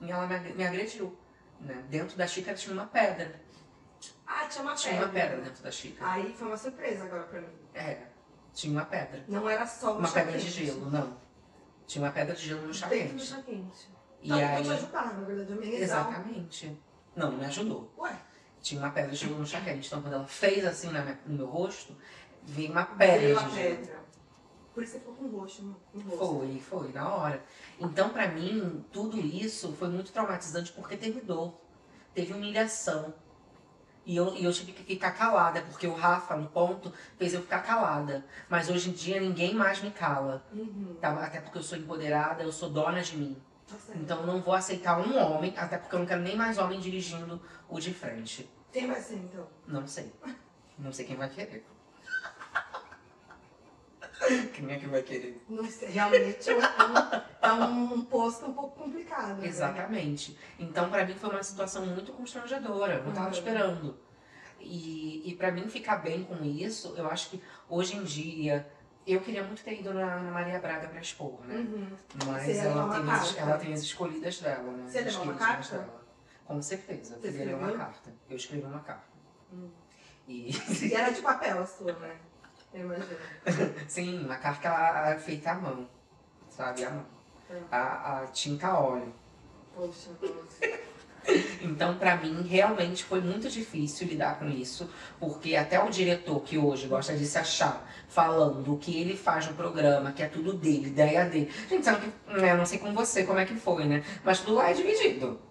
E ela me, ag- me agrediu. né? Dentro da xícara tinha uma pedra.
Ah, tinha uma
Tinha
pedra.
uma pedra dentro da xícara.
Aí foi uma surpresa agora pra mim.
Era. Tinha uma pedra.
Não era só o
Uma
Ah. chá
pedra de
quente.
gelo, não. Tinha uma pedra de gelo no chá
Dentro do
quente.
chá quente.
E
Não, eu
aí.
vou te ajudar, na verdade, amenizar.
Exatamente. Não, me ajudou.
Ué,
tinha uma pedra, chegou no chá quente. Então, quando ela fez assim na minha- no meu rosto, veio uma pedra.
veio a
de gelo.
pedra. Por isso você ficou com um roxo no no rosto.
Foi, foi, na hora. Então, pra mim, tudo isso foi muito traumatizante porque teve dor, teve humilhação. E eu, e eu tive que ficar calada, porque o Rafa, no ponto, fez eu ficar calada. Mas hoje em dia ninguém mais me cala.
Uhum.
tá? Até porque eu sou empoderada, eu sou dona de mim.
Tá certo.
Então eu não vou aceitar um homem, até porque eu não quero nem mais homem dirigindo o de frente.
Quem vai
um,
ser então?
Não sei. Não sei quem vai querer. Quem é que vai querer?
Não sei, realmente é um, é um- é um posto um pouco complicado. né?
Exatamente. Então, pra mim, foi uma situação muito constrangedora. Eu não tava
Uhum.
esperando. E, e para mim ficar bem com isso, eu acho que hoje em dia. Eu queria muito ter ido na Ana Maria Braga pra expor, né?
Uhum. Você
Mas
ia levar
ela
uma
tem, as,
carta?
ela tem as escolhidas dela, né?
Você ia
As
levar uma
queridinhas
carta?
dela. Com certeza. Eu
Você
queria levar uma
escreveu?
carta. Eu escrevi uma carta.
Hum.
E,
E era de papel a sua, né? Eu imagino.
sim, uma carta que ela é feita à mão, sabe? À mão. A, a tinta a óleo.
Poxa,
Então, pra mim, realmente foi muito difícil lidar com isso, porque até o diretor que hoje gosta de se achar falando que ele faz no programa, que é tudo dele, ideia dele. Gente, sabe que, né, não sei com você como é que foi, né? Mas tudo lá é dividido.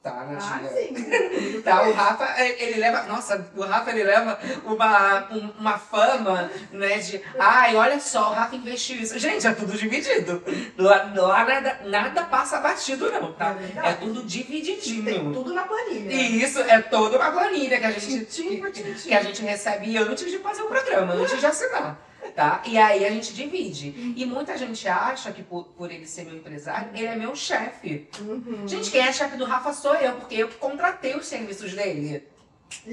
Tá,
ah,
né, Julia?
sim.
Tá, o Rafa, eh, ele leva. Nossa, o Rafa ele leva uma, um- uma fama, né? De. Ai, olha só, o Rafa investiu isso. Gente, é tudo dividido. Lá, lá nada, nada passa batido, não,
É
tá?
verdade.
É tudo
Tem
divididinho.
tudo né? na planilha.
E isso é toda uma planilha que a gente,
Tintim por
que,
tintim.
que a gente recebe antes de fazer o programa, antes de assinar. Tá? E aí a gente
Uhum.
divide. E muita gente acha que por, por ele ser meu empresário, ele é meu chefe.
Uhum.
Gente, quem é chefe do Rafa sou eu, porque eu que contratei os serviços dele,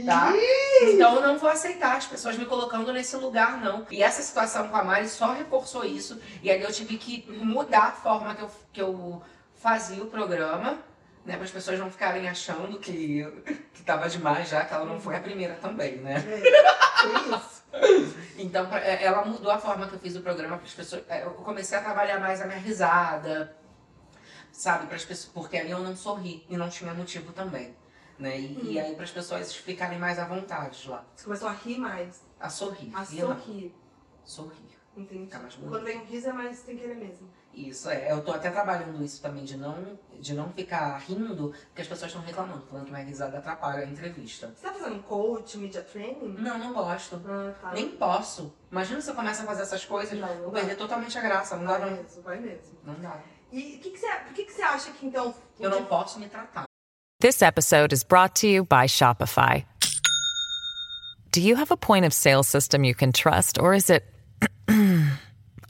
tá?
Ih, é
Então eu não vou aceitar as pessoas me colocando nesse lugar, não. E essa situação com a Mari só reforçou isso. E aí eu tive que mudar a forma que eu, que eu fazia o programa, né? Para as pessoas não ficarem achando que, que tava demais já, que ela não foi a primeira também, né?
é, tem isso.
Então, pra- é- ela mudou a forma que eu fiz o programa para as pessoas. é, Eu comecei a trabalhar mais a minha risada, sabe? Para as pessoas, porque ali eu não sorri e não tinha motivo também, né? E, e aí para as pessoas ficarem mais à vontade lá,
Você começou a rir mais,
a sorrir,
a
e lá,
sorrir.
sorrir.
Entendi.
Fica mais bonito.
Quando vem um riso é mais tem que ele mesmo.
Isso é, eu tô até trabalhando isso também de não de não ficar rindo, porque as pessoas estão reclamando, falando que minha risada atrapalha a entrevista.
Você tá fazendo coach, media training?
Não, não gosto.
Ah, tá.
Hum. Nem posso. Imagina se eu começo a fazer essas coisas,
Não, não
vou
dá.
perder totalmente a graça, não dá
Vai
não.
mesmo, vai mesmo.
Não dá.
E o que, que você, por que, que você acha que então.
Eu não posso me tratar.
This episode is brought to you by Shopify. Do you have a point of sale system you can trust, or is it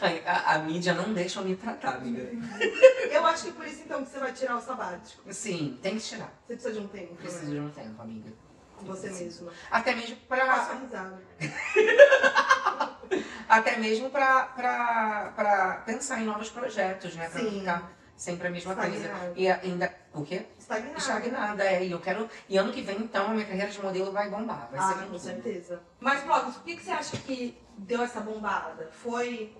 Ai, A, a mídia não deixa eu me tratar, amiga.
Eu acho que por isso então que você vai tirar o sabático.
Sim, tem que tirar.
Você precisa de um tempo.
Preciso
né?
de um tempo, amiga.
Com você
Preciso.
mesma.
Até mesmo
Faça sua
pra.
risada.
Até mesmo pra, pra, pra pensar em novos projetos, né? Pra não
Sim.
ficar sempre a mesma coisa.
Estagnado.
E ainda. O quê?
Estagnado.
Estagnada, é. E eu quero. E ano que vem, então, a minha carreira de modelo vai bombar. Vai
Ah,
ser com
com
tudo.
certeza. Mas, Blocos, por que, que você acha que deu essa bombada? Foi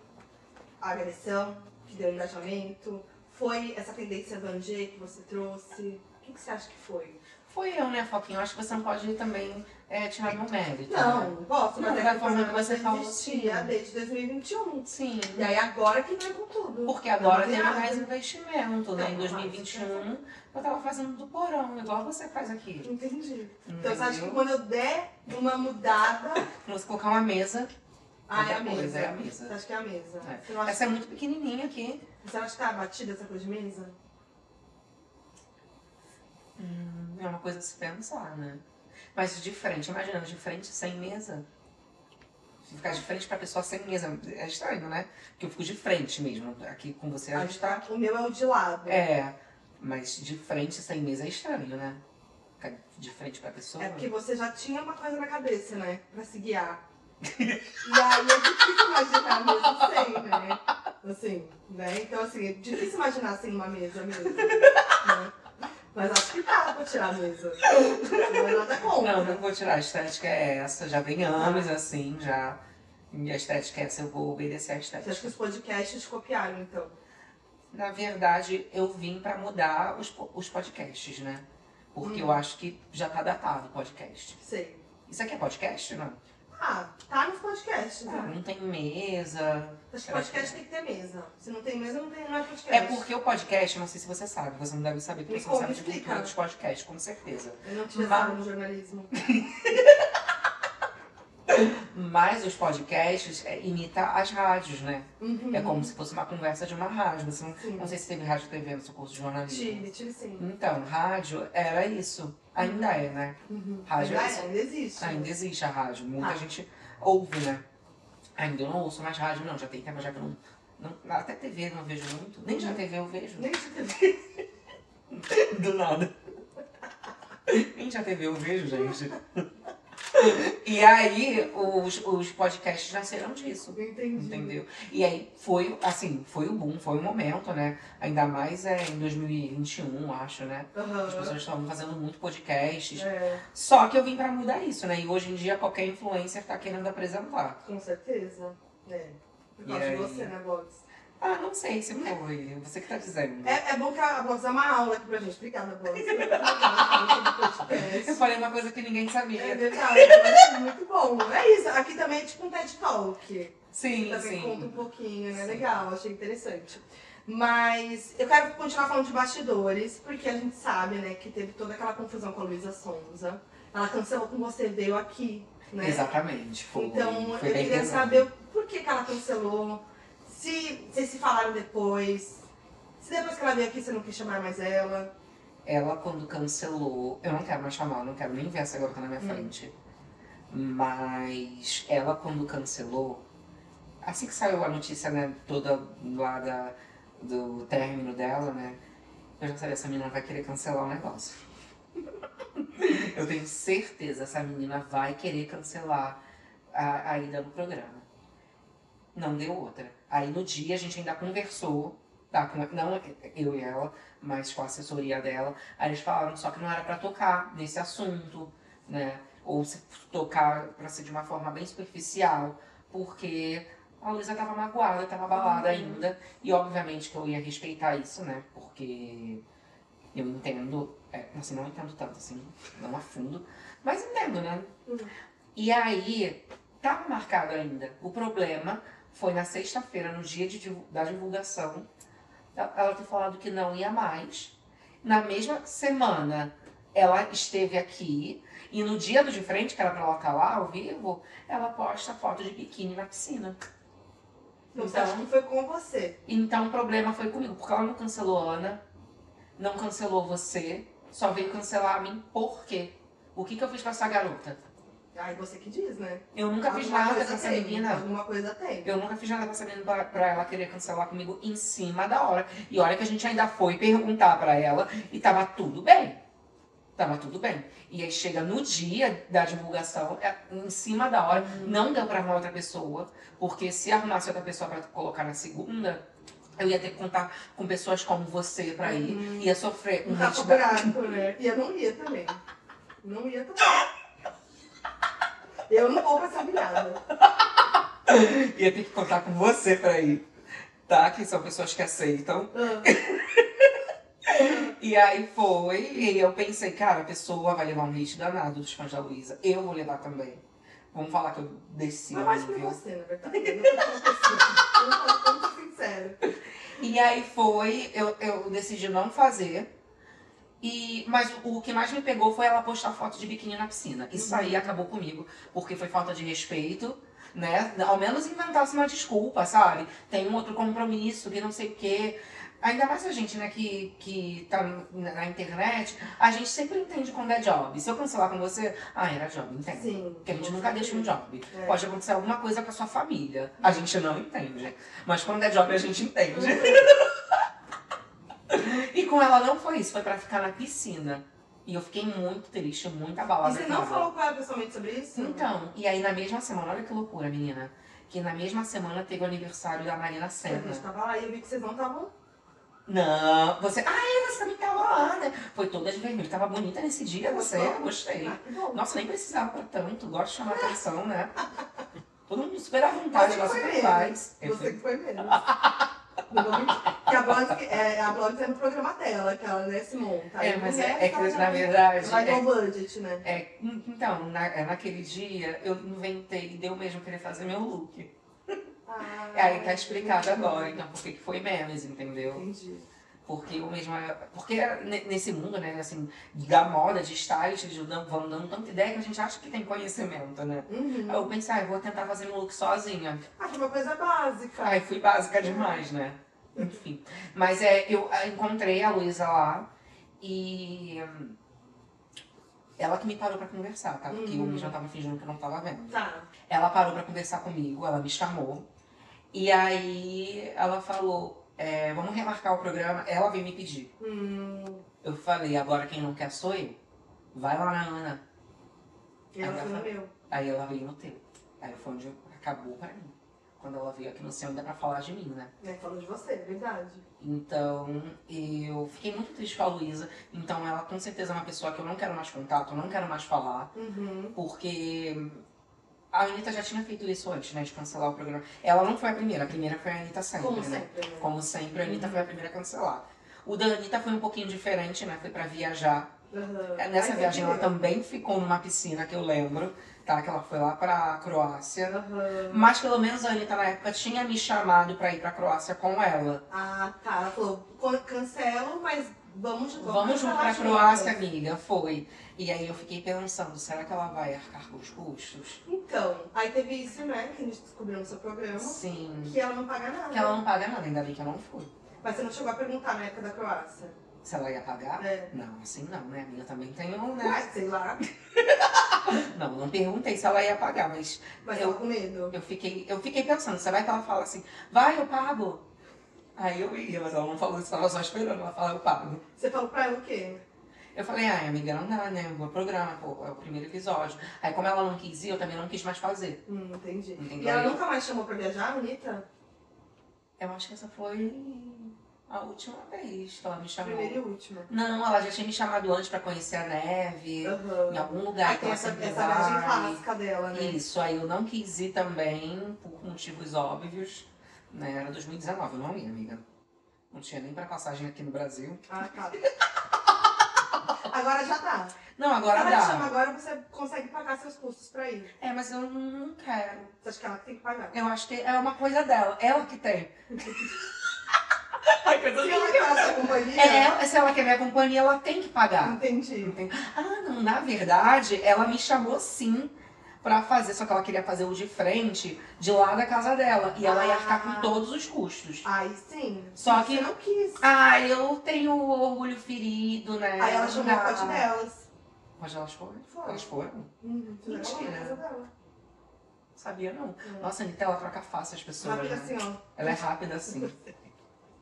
a agressão que deu engajamento? Foi essa tendência do Angê que você trouxe? O que, que você acha que foi?
Foi eu, né, Foquinha? Eu acho que você não pode também é, tirar meu mérito.
Não,
né?
não posso, mas
Não,
é
da
que
forma
foi uma
que
coisa
você
que
falou,
existia
sim.
desde 2021.
Sim.
E aí agora que vem com tudo.
Porque agora tem
Não,
mais investimento, né? Em
Não,
2021, eu tava fazendo do porão, igual você faz aqui.
Entendi. Então você acha que
Entendeu?
quando eu der uma mudada.
Vamos colocar uma mesa.
Ah, é a
Outra coisa,
mesa.
é a mesa.
Você acha que é a mesa?
É.
Você, não acha,
Essa é muito pequenininha aqui.
você acha que tá batida essa coisa de mesa?
Hum, É uma coisa de se pensar, né? Mas de frente, imagina, de frente sem mesa. Se Ficar de frente pra pessoa sem mesa é estranho, né? Porque eu fico de frente mesmo. Aqui com você a gente tá.
O meu é o de lado.
É, mas de frente sem mesa é estranho, né? Ficar de frente pra pessoa.
É porque você já tinha uma coisa na cabeça, né? Pra se guiar. e aí é difícil imaginar mesmo sem, né? Assim, né? Então, assim, é difícil imaginar sem uma mesa mesmo. né? Mas acho que dá pra tirar a mesa. Não é nada contra.
Não, não vou tirar. A estética é essa. Já vem anos assim, já. Minha estética é essa. Eu vou obedecer
Você
à
acha que
estética.
os podcasts te copiaram, então?
Na verdade, eu vim pra mudar os, po- os podcasts, né? Porque
Uhum.
eu acho que já tá datado o podcast.
Sei.
Isso aqui é podcast? Não.
Ah, tá nos podcasts,
Ah,
né?
não tem mesa.
Acho que podcast tem que ter mesa. Se não tem mesa, não, tem, não é podcast.
É porque o podcast, não sei se você sabe, você não deve saber, porque
Me
você não
conta,
sabe de cultura
explica.
dos podcasts, com certeza.
Eu não tinha sabe no jornalismo.
Mas os podcasts é, imita as rádios, né?
Uhum.
É como se fosse uma conversa de uma rádio. Você não,
Sim.
não sei se teve rádio TV no seu curso de jornalismo.
Tive, tive sim.
Então, rádio era isso. Ainda é, né? Rádio
Uhum. Ainda
é
é,
isso.
ainda existe.
Ainda existe a rádio. Muita
Ah.
gente ouve, né? Ainda não ouço mais rádio, não. Já tem tempo, já que eu não, não- Até TV não vejo muito. Nem já TV eu vejo.
Nem de TV.
Do nada. Nem já TV eu vejo, gente. E aí, os, os podcasts nasceram disso.
Entendi.
Entendeu? E aí foi, assim, foi o boom, foi o momento, né? Ainda mais é, em 2021, acho, né? As
Aham.
pessoas estavam fazendo muito podcasts.
É,
Só que eu vim pra mudar isso, né? E hoje em dia qualquer influencer tá querendo apresentar.
com certeza. É. Por
E
causa de
aí?
você, né, Blogs?
Ah, não sei se foi. Você que tá dizendo.
É, é bom que a Blogs é uma aula aqui pra gente. Obrigada, É, Blogs. Obrigada,
Eu falei uma coisa que ninguém
É
sabia.
verdade, mas é muito bom. É isso, aqui também é tipo um TED Talk.
Sim,
Também conta um
sim.
pouquinho, né?
Sim.
Legal, achei interessante. Mas eu quero continuar falando de bastidores, porque a gente sabe, né, que teve toda aquela confusão com a Luísa Sonza. Ela cancelou com você, veio aqui, né?
Exatamente. Foi,
Então
foi
eu
bem
queria
pesado.
saber por que, que ela cancelou, se vocês se falaram depois, se depois que ela veio aqui você não quis chamar mais ela.
Ela, quando cancelou, eu não quero mais chamar, eu não quero nem ver essa garota na minha frente. Mas ela, quando cancelou, assim que saiu a notícia, né, toda lá da, do término dela, né, eu já sabia, essa menina vai querer cancelar o negócio. eu tenho certeza, essa menina vai querer cancelar a, a ida no programa. Não deu outra. Aí no dia a gente ainda conversou, tá, com- não eu e ela, mas com a assessoria dela. Aí eles falaram só que não era pra tocar nesse assunto, né? Ou se tocar pra ser de uma forma bem superficial, porque a Luísa tava magoada, tava abalada ainda. E obviamente que eu ia respeitar isso, né? Porque eu entendo, é, assim, não entendo tanto assim, não a fundo, mas entendo, né?
Uhum.
E aí, tava marcado ainda. O problema foi na sexta-feira, no dia de divu- da divulgação, ela ela ter falado que não ia mais. Na mesma semana, ela esteve aqui. E no dia do de frente, que era pra ela estar lá ao vivo, ela posta foto de biquíni na piscina.
Então, você acha que foi com você.
Então o problema foi comigo, porque ela não cancelou a Ana, não cancelou você, só veio cancelar a mim por quê? O que, que eu fiz com essa garota?
Aí você que diz, né?
Eu nunca fiz
Alguma
nada
coisa assim?
com essa
tem,
menina.
Alguma coisa tem.
Eu nunca fiz nada com essa menina pra, pra ela querer cancelar comigo em cima da hora. E olha que a gente ainda foi perguntar pra ela e tava tudo bem. Tava tudo bem. E aí chega no dia da divulgação, é, em cima da hora, não deu pra arrumar outra pessoa. Porque se arrumasse outra pessoa pra colocar na segunda, eu ia ter que contar com pessoas como você pra ir. Ia sofrer um
Um tapa
hate-
buraco, né? E eu não ia também. Não ia também. Eu não vou pra essa virada.
Ia ter que contar com você pra ir. Tá? Que são pessoas que aceitam. E aí foi, e eu pensei, cara, a pessoa vai levar um hate danado dos fãs da Luísa. Eu vou levar também. Vamos falar que eu desci
Mas
o
mais por
nível.
você, na verdade. Eu não tô falando assim. Eu não tô- eu não tô sincera.
E aí foi, eu, eu decidi não fazer. E, mas o que mais me pegou foi ela postar foto de biquíni na piscina. Isso aí acabou comigo, porque foi falta de respeito, né? Ao menos inventasse uma desculpa, sabe? Tem um outro compromisso que não sei o quê. Ainda mais a gente, né, que, que tá na na internet, a gente sempre entende quando é job. Se eu cancelar com você, ah, era job, entende.
Sim.
Porque a gente nunca deixa um job.
É.
Pode acontecer alguma coisa com a sua família. A gente não entende. Mas quando é job, a gente entende. e com ela não foi isso, foi pra ficar na piscina. E eu fiquei muito triste, muito
E
abalada.
você
com
não
ela.
falou com ela pessoalmente sobre isso?
né, Então, e aí na mesma semana, olha que loucura, menina. Que na mesma semana teve o aniversário da Marina
A
Senna.
gente tava lá e eu vi que vocês não estavam.
Não, você. Ai, você também tava lá, né? Foi toda de vermelho. Tava bonita nesse dia, você. Gostei.
Ah, que bom.
Nossa, nem precisava pra tanto. Gosto de chamar atenção, né? Todo mundo super à vontade,
Então, Você
ela
que foi menos.
super faz. Eu
Você
fui-
que foi menos. Não vou mentir. Porque a Blogs é, a Blogs é no programa dela, que ela né, se monta.
É, mas é,
Aí,
é que
mulher,
na verdade.
Vai
é-
com budget, né?
é- então, na- é naquele dia eu inventei e deu mesmo querer fazer meu look.
Ah,
Aí tá explicado agora, então, por que que foi memes, entendeu?
Entendi.
Porque eu mesma. Porque ne- nesse mundo, né, assim, da moda, de styles, eles dão- vão dando tanta ideia que a gente acha que tem conhecimento, né?
Uhum.
Aí eu pensei, ah, eu vou tentar fazer meu look sozinha.
Ah, que é uma coisa básica.
Ai, fui básica demais, né? Enfim. Mas ah, é, eu encontrei a Luísa lá e hum, Ela que me parou pra conversar, tá? Porque eu já tava fingindo que eu não tava vendo.
Tá.
Ela parou pra conversar comigo, ela me chamou. E aí ela falou: é, vamos remarcar o programa. Ela veio me pedir.
Hum,
Eu falei: agora quem não quer sou eu. Vai lá na Ana. É
ela foi no
Agatha.
meu.
Aí ela veio no teu. Aí foi onde acabou pra mim. Quando ela veio aqui no céu, ainda pra falar de mim, né?
Né, falando de você, é verdade.
Então, eu fiquei muito triste com a Luísa. Então, ela com certeza é uma pessoa que eu não quero mais contato, eu não quero mais falar.
Uhum.
Porque a Anitta já tinha feito isso antes, né? De cancelar o programa. Ela não foi a primeira, a primeira foi a Anitta sempre,
Como
né?
sempre, né?
Como sempre, a Anitta foi a primeira a cancelar. O da Anitta foi um pouquinho diferente, né? Foi pra viajar.
Uhum.
É, Nessa
Ai,
viagem ela
entendeu?
também ficou numa piscina, que eu lembro, tá? Que ela foi lá pra Croácia.
Aham.
Mas pelo menos a Anitta na época tinha me chamado pra ir pra Croácia com ela.
Ah, tá. Ela falou, "Con- cancelo, mas vamos junto.
Vamos junto pra
cancelar
Croácia,
juntas."
amiga, foi. E aí eu fiquei pensando, será que ela vai arcar com os custos?
Então, aí teve isso, né, que a gente descobriu no seu programa,
Sim.
que ela não paga nada.
Porque ela não paga nada, ainda bem que eu não fui.
Mas você não chegou a perguntar na época da Croácia.
Se ela ia pagar?
É.
Não, assim não, né? amiga também tem um, né?
Ué, sei lá,
Não, não perguntei se ela ia pagar, mas
mas
Eu-
eu com medo.
eu fiquei, eu fiquei pensando, será que ela fala assim, vai, eu pago? Aí eu ia, mas ela não falou isso, tava só esperando ela falar, eu pago.
Você falou pra ela o quê?
Eu falei, ai, amiga, não dá, né? O programa, pô, é o primeiro episódio. Aí como ela não quis ir, eu também não quis mais fazer.
Hum, entendi.
Entendi.
E ela nunca mais chamou pra viajar, Anitta?
Eu acho que essa foi a última vez que ela me chamou.
Primeira e última.
Não, ela já tinha me chamado antes pra conhecer a neve, em
Aham.
algum lugar
Aí
que
Ah, tem
ela
essa,
sempre
essa viagem
então, assim, vai.
clássica dela, né?
Isso, aí eu não quis ir também, por motivos óbvios. Né? Era 2019, eu não ia, amiga. Não tinha nem pra passagem aqui no Brasil.
Ah, tá. Agora já dá.
Não, agora
Se ela te chama
dá.
agora, você consegue pagar seus custos pra ir.
É, mas eu não quero.
Você acha que ela que tem que pagar?
Eu acho que é uma coisa dela. Ela que tem. Ai, coisa
Se ela quer a sua companhia,
É, ela- se ela quer minha companhia, ela tem que pagar.
entendi.
Entende? Ah, É. não, na verdade, ela me chamou sim pra fazer, só que ela queria fazer o de frente, de lá da casa dela. E ela ia ficar com
Ah.
todos os custos.
Aí sim.
Só
Você
que-
não quis.
Ah, eu tenho o orgulho ferido, né?
Aí ela chamou a
Ah.
parte delas.
Mas elas foram?
Foi.
Elas foram?
Hum, fizeram lá na casa dela.
Sabia não.
Hum.
Nossa, a Anitta, ela troca fácil as pessoas,
Rápido
né?
assim, ó.
Ela é rápida assim.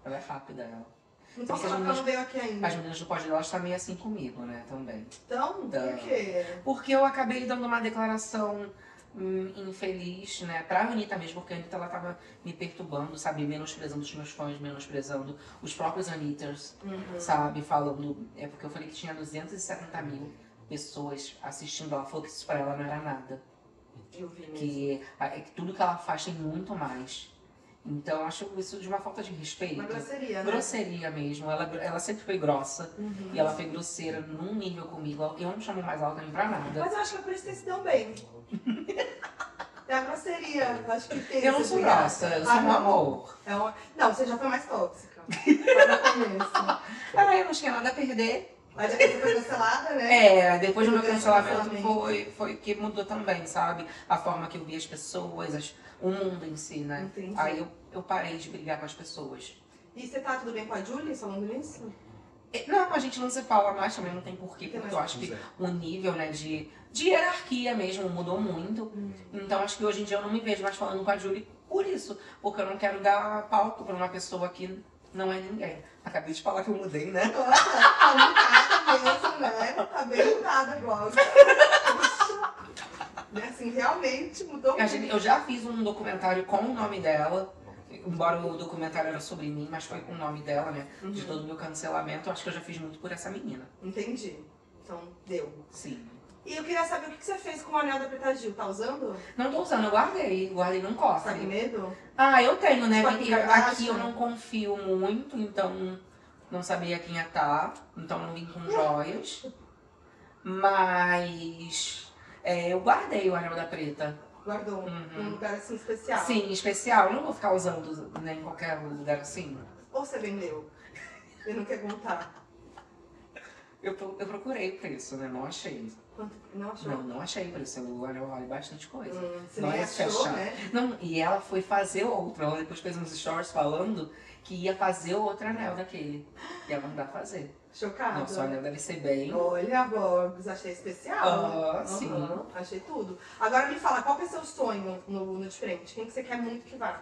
ela é rápida, ela.
Não
Nossa,
sei se ela
mas-
não veio aqui ainda.
As meninas do pódio delas estão meio assim comigo, né? Também.
Então,
Então.
por quê?
Porque eu acabei dando uma declaração hum, infeliz, né? Pra Anitta mesmo, porque a Anitta ela tava me perturbando, sabe? Menosprezando os meus fãs, menosprezando os próprios Anitters,
Uhum.
sabe? Falando. É porque eu falei que tinha 270 mil pessoas assistindo. Ela falou que isso pra ela não era nada.
Eu vi mesmo.
Que, a- é que tudo que ela faz tem muito mais. Então eu acho isso de uma falta de respeito.
Uma grosseria, né?
Grosseria mesmo. Ela, ela sempre foi grossa.
Uhum.
E ela foi grosseira num nível comigo. Eu não chamo mais ela também pra nada.
Mas eu acho que é por isso que vocês se dão bem. É a grosseria. Eu acho que tem
Eu não
esse
sou
cuidado.
grossa, eu sou
Ah,
um
não.
amor.
É uma... Não, você já foi mais tóxica. Lá no começo.
Ah, eu não tinha nada a perder.
Mas depois você foi cancelada, né?
É, depois do meu
Depois do
cancelamento
cancelamento.
foi, foi que mudou também, sabe? A forma que eu via as pessoas, as- o mundo em si, né?
Entendi.
Aí eu, eu parei de brigar com as pessoas.
E você tá tudo bem com a Julie falando nisso?
E- É, Não, a gente não se fala mais, também não tem porquê,
Tem mais
porque eu acho que o nível, né, de, de hierarquia mesmo mudou muito. Então acho que hoje em dia eu não me vejo mais falando com a Julie por isso. Porque eu não quero dar palco pra uma pessoa que não é ninguém. Acabei de falar que eu mudei, né?
Nossa, tá mudada mesmo, né? Tá bem mudada agora. Poxa. Assim, realmente mudou
A
muito.
gente- eu já fiz um documentário com o nome dela. Embora o documentário era sobre mim, mas foi com o nome dela, né? De todo o meu cancelamento, eu acho que eu já fiz muito por essa menina.
Entendi. Então, deu.
Sim.
E eu queria saber o que que você fez com o anel da Preta Gil. Tá usando?
Não tô usando, eu guardei, guardei num
Tá com
cofre.
medo?
Ah, eu tenho, né?
Tipo,
E
Kardashian.
aqui eu não confio muito, então não sabia quem ia estar, então não vim com joias. Mas é, eu guardei o anel da preta.
Guardou
Uhum.
num lugar assim especial.
Sim, especial. Eu não vou ficar usando né, em qualquer lugar assim.
Ou você vendeu? Eu não quero contar.
Eu, pro- eu procurei o preço, né? Não achei.
Quanto- Não achou?
Não, não achei pelo celular, eu olho bastante coisa.
Hum, você
não é
nem
ia
achou,
fechar.
né?
Não, e ela foi fazer outra. Ela depois fez uns stories falando que ia fazer outro anel daquele. E ela não dá fazer.
Chocada.
não, seu anel deve ser bem.
Olha, Bogs, achei especial.
Ah,
Aham,
sim.
Achei tudo. Agora me fala, qual que é seu sonho no, no diferente? Quem que você quer muito que vá?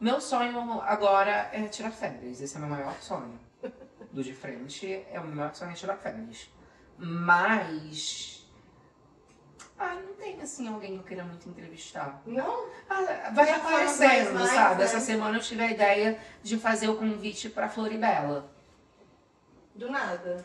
Meu sonho agora é tirar férias. Esse é o meu maior sonho. Do de frente é o meu maior sonho é tirar férias. Mas. Ah, não tem assim alguém que eu queira muito entrevistar.
Não?
Ah, vai
Já
aparecendo,
foram mais,
sabe?
né?
Essa semana eu tive a ideia de fazer o convite pra Floribela.
Do nada.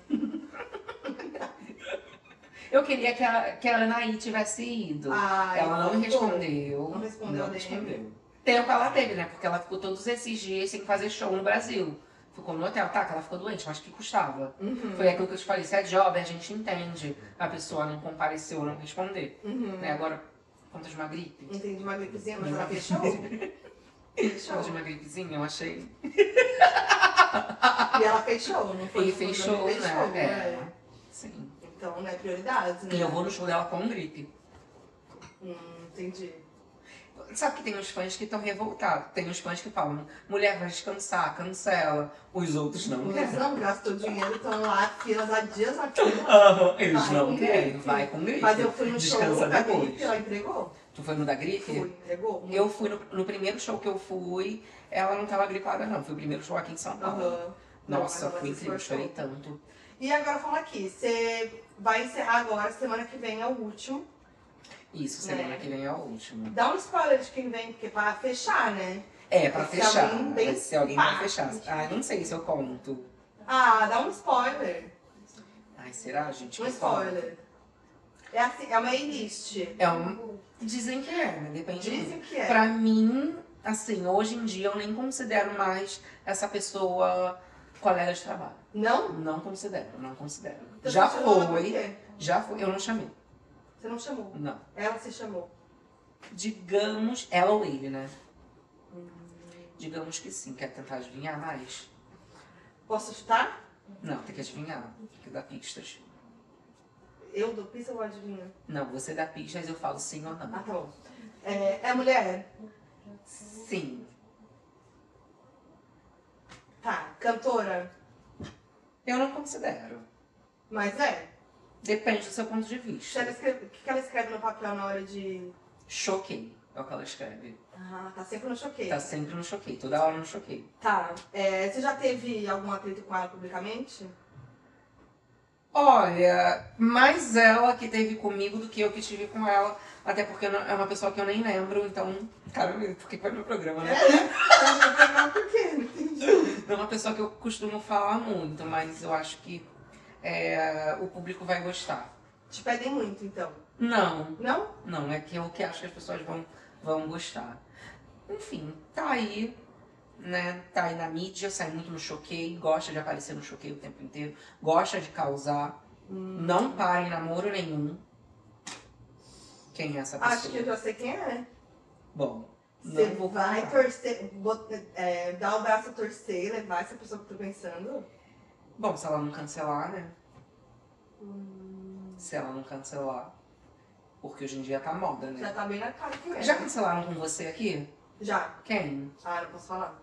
Eu queria que a, que a Anaí tivesse ido.
Ai,
ela não me
voltou.
respondeu.
Não respondeu a
não
DM.
respondeu. Tempo ela teve, né? Porque ela ficou todos esses dias sem fazer show no Brasil. Ficou no hotel, tá? Que ela ficou doente, mas que custava.
Uhum.
Foi aquilo que eu te falei, se é jovem, a gente entende a pessoa não compareceu ou não responder.
Uhum.
Né? Agora, conta de uma gripe.
Entendi uma gripezinha, mas
Não.
ela fechou? fechou.
Conta de uma gripezinha, eu achei.
E ela fechou, não foi? tipo,
E fez show, né?
Fechou,
É.
né?
Sim.
Então, né, prioridades, né?
E eu vou no show dela com um gripe.
Hum, entendi.
Sabe que tem uns fãs que estão revoltados. Tem uns fãs que falam, mulher vai descansar, cancela. Os outros não
Eles
querem.
não gastou dinheiro, então estão lá, filas há dias na fila.
Aham, eles
Vai
não
com
querem.
gripe.
Vai com gripe.
Mas eu fui no show
Descansa
da
depois.
gripe, ela entregou?
Tu foi no da gripe?
Fui, entregou?
Eu fui no, no primeiro show que eu fui, ela não tava gripada, não. Foi o primeiro show aqui em São Paulo.
Aham.
Nossa,
Não, mas
foi
ela
incrível, eu
se esforçou.
chorei tanto.
E agora fala aqui, você vai encerrar agora, semana que vem é o último.
Isso, semana
É.
que vem é o último.
Dá um spoiler de quem vem, porque pra fechar, né?
É, pra
Se
fechar.
alguém bem
se alguém vai fechar.
simpático.
Ah, não sei se eu conto.
Ah, dá um spoiler.
Ai, será, gente?
Um
que eu conto?
spoiler. É assim, é uma A-list.
É um... Dizem que é, né? Depende muito.
Dizem que é.
Pra mim, assim, hoje em dia eu nem considero mais essa pessoa colega de trabalho.
Não?
Não considero, não considero.
Então
já
você chamou ela por
foi,
quê?
já foi. Eu não chamei,
Você não chamou.
não.
Ela se chamou.
Digamos, ela ou ele, né?
Hum.
Digamos que sim. Quer tentar adivinhar mais?
Posso chutar?
Não, tem que adivinhar, tem que dar pistas.
Eu dou pista ou adivinha?
Não, você dá pistas, eu falo sim ou
Ah,
não.
tá bom. É, é mulher?
Sim.
Tá. Cantora?
Eu não considero.
Mas é.
Depende do seu ponto de
Se ela
vista.
escreve- O que que ela escreve no papel na hora de.
Choquei. É o que ela escreve.
Ah, tá sempre no choqueio.
Tá sempre no choquei, toda hora no choquei.
Tá. É, você já teve algum atrito com ela publicamente?
Olha, mais ela que teve comigo do que eu que tive com ela. Até porque eu não- é uma pessoa que eu nem lembro, então. Caramba, por que foi meu
Tá,
programa, né?
Não, por quê?
Não é uma pessoa que eu costumo falar muito, mas eu acho que é, o público vai gostar.
Te pedem muito, então.
Não,
Não?
não, é que eu que acho que as pessoas vão, vão gostar. Enfim, tá aí, né? Tá aí na mídia, sai muito no choquei, gosta de aparecer no choquei o tempo inteiro, gosta de causar.
Hum.
Não para em namoro nenhum. Quem é essa pessoa?
Acho que eu já sei quem é.
Bom,
Você
não vou
vai
contar.
torcer, bot- é, dar o braço a torcer, levar essa pessoa que tu tá pensando.
Bom, se ela não cancelar, né?
Hum.
Se ela não cancelar. Porque hoje em dia tá moda,
Já
né?
tá bem na cara que é.
Já cancelaram com você aqui?
Já.
Quem?
Ah, não posso falar.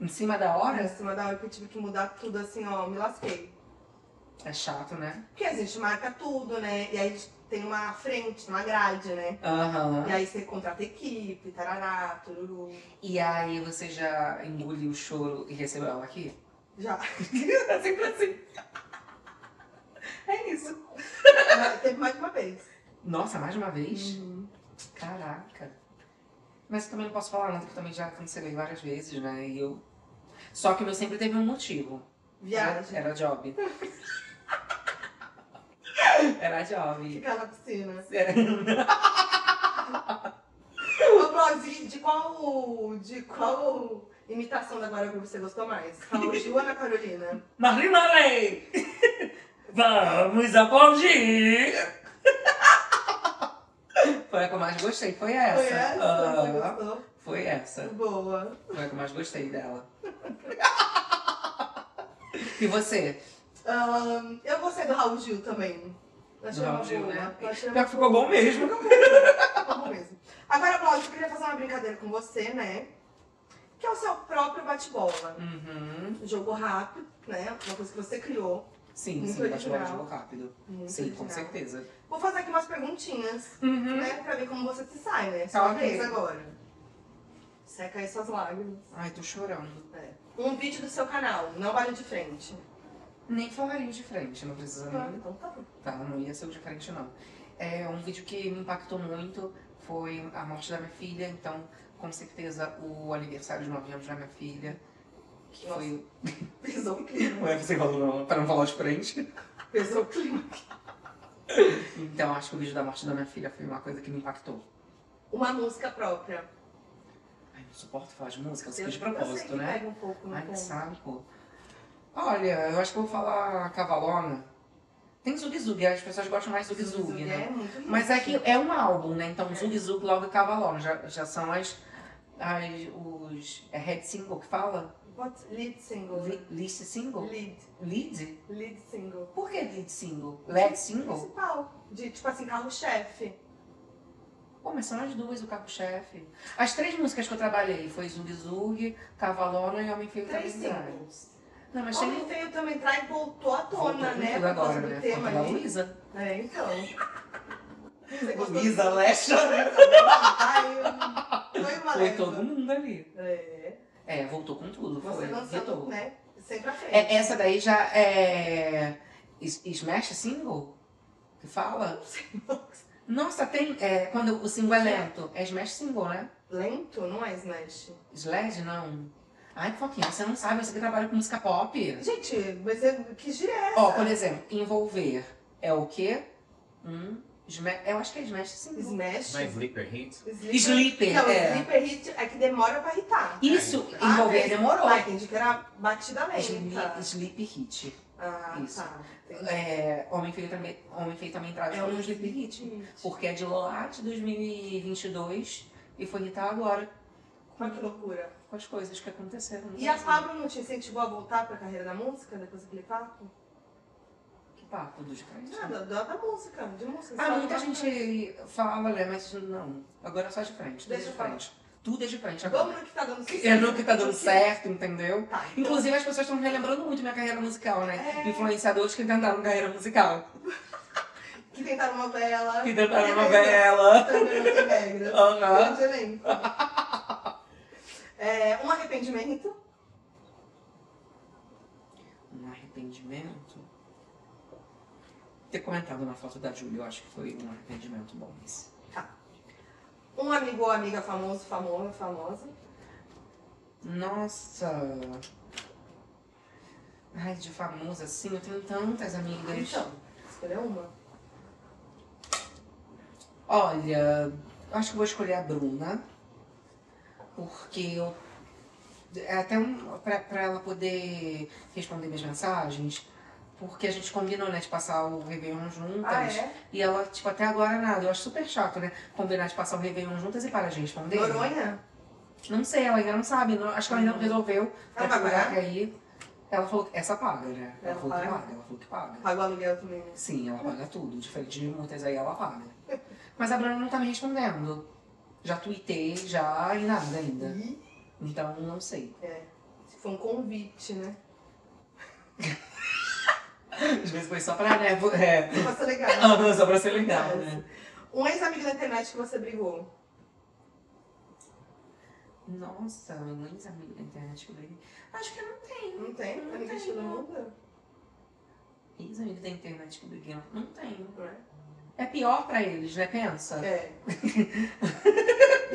Em cima da
Olha, em
hora?
cima da hora que eu tive que mudar tudo assim, ó, me lasquei.
É chato, né?
Porque a gente marca tudo, né? E aí a gente tem uma frente, uma grade, né?
Aham.
E aí você contrata equipe, tarará, tururu.
E aí você já engoliu o choro e recebeu ela aqui?
Já.
É sempre assim. É isso.
Teve mais de uma vez.
Nossa, mais uma vez? Caraca. Mas eu também não posso falar nada, que eu também já cancelei várias vezes, né? E eu. Só que o meu sempre teve um motivo.
Viagem.
Era, era job. Era job.
Ficar na piscina.
Era...
Ô, Bros, de, de qual. De qual imitação da Glória Groove você gostou mais? Calma, Ju ou Ana Carolina?
Marina Lei! Vamos aplaudir! Foi a que eu mais gostei, foi essa.
Foi essa? Você
Ah,
gostou?
foi essa.
Boa.
Foi a que eu mais gostei dela. E você?
Ahn, eu gostei do Raul Gil também. Eu achei
Do
uma
Raul Gil,
boa.
né?
Eu achei uma
Pior que ficou bom mesmo.
Tá bom mesmo. Agora, Blog, eu queria fazer uma brincadeira com você, né? Que é o seu próprio bate-bola.
Uhum.
Um Jogo rápido, né? Uma coisa que você criou.
Sim,
Muito
sim, bate bola de
original.
jogo rápido.
Muito
sim, com
original.
certeza.
Vou fazer aqui umas perguntinhas,
Uhum.
né? Pra ver como você se sai, né? Sua
Ok.
vez agora. Seca aí suas lágrimas.
Ai, tô chorando.
É. Um vídeo do seu canal, não vale de frente.
Nem falaria de frente, não precisa nem.
Então tá bom.
Tá, não ia ser o de frente, não. É um vídeo que me impactou muito foi a morte da minha filha, então, com certeza, o aniversário de 9 anos da minha filha. Que
Nossa.
foi. um
Pesou o clima.
Ué, você falou não, pra não falar de frente.
Pesou o clima.
Então, acho que o vídeo da morte da minha filha foi uma coisa que me impactou.
Uma música própria.
Ai, não suporto falar de música, eu sei
Eu-
que de
eu sei
propósito,
que
né?
Pega um pouco no
Ai, que
ponto.
saco. Olha, eu acho que eu vou falar cavalona. Tem Zug Zug, as pessoas gostam mais do Zug Zug, né?
É muito
Mas é que é um álbum, né? Então,
É.
Zug Zug, logo e Cavalona. Já, já são as, as. os. É head single que fala?
Pode- Lead single.
Li- List single?
Lead.
Lead?
Lead single.
Por que lead single? Lead single?
Principal. De, tipo assim, carro-chefe.
Pô, mas são as duas, o carro-chefe. As três músicas que eu trabalhei foi Zug Zug, Cavalona e Homem Feio
Três
Também Trai.
singles.
Não, mas
Homem
tem. um
Feio também trai voltou à tona,
Voltou
né?
tudo
Por causa
agora,
do
né?
tema
Voltou da
ali.
Luísa.
É, então. Você gostou
Luísa,
disso?
Lecha.
Ai, eu- Foi uma
Foi
leva.
todo mundo ali.
É.
É, voltou com tudo.
Você
Foi.
lançando,
Voltou.
né? Sempre à frente.
É, essa daí já é. es- Smash é single? Que fala? Nossa, tem. é, quando o single é lento. É smash single, né?
Lento, não é smash?
Slash, não. Ai, Foquinha, você não sabe, você que trabalha com música pop.
Gente, mas é, que gíria é essa?
Ó, por exemplo, envolver é o quê? Um. Smash, eu acho que é smash single.
Smash?
Mas sleeper hit.
Sleeper.
Sleeper,
Não,
é.
sleeper hit é que demora pra irritar.
Isso,
Ah,
envolver
mas-
demorou.
Ah, entendi que era batida
Sleep,
lenta.
sleep hit.
Ah,
Isso.
tá. Entendi.
É, homem feio também, homem feio também traz
É um
como um sleep hit. Porque é de Lolat 2022 e foi irritar agora.
Olha que loucura.
Com as coisas que aconteceram. no
E a
Brasil.
Pablo não te incentivou a voltar pra carreira da música depois daquele papo?
Que papo dos caras.
Nada, da, da música, de música.
Ah,
Só
muita
pra-
gente fala, né? Mas não. Agora é só de frente. Tudo é
Deixa eu
de
falar.
frente. Tudo é de frente agora.
Vamos no que tá dando certo.
É no que tá dando certo, entendeu?
Tá.
Inclusive, as pessoas estão relembrando muito minha carreira musical, né?
É.
Influenciadores que tentaram carreira musical.
Que tentaram novela.
Que tentaram
Tem
novela.
Também não tem regras.
Aham.
Grande elenco. É, um arrependimento.
Um arrependimento? Ter comentado na foto da Júlia, eu acho que foi um arrependimento bom esse.
Um amigo ou amiga famoso, famosa, famosa.
Nossa! Ai, de famosa assim, eu tenho tantas amigas.
Então, escolher uma.
Olha, eu acho que eu vou escolher a Bruna, porque eu. é Até um, pra, pra ela poder responder minhas mensagens, porque a gente combinou, né, de passar o Réveillon juntas.
Ah, é?
E ela, tipo, até agora nada. Eu acho super chato, né? Combinar de passar o Réveillon juntas e para de responder.
Noronha?
Não sei, ela ainda não sabe. não- acho que ela ainda não resolveu.
Ela
Vai
vai
pagar
pagar?
que aí. Ela falou que. Essa paga, né? Ela,
Ela
falou que
paga?
paga, ela falou que paga.
Pagou aluguel também. né?
Sim, ela paga tudo. Diferente de muitas aí, ela paga. Mas a Bruna não tá me respondendo. Já tuitei, já e nada ainda.
Ih.
Então, não sei.
É. Se for um convite, né?
Às vezes foi só pra, né? É.
Não passa legal.
Só pra ser legal, né?
Um ex-amigo da internet que você brigou.
Nossa, muitos amigos da internet que eu briguei. Acho que eu não tenho.
Não tem?
Não
Amiga de
tenho.
todo mundo?
Ex-amigos da internet que brigam, não tenho.
Não é?
É pior pra eles, né? Pensa.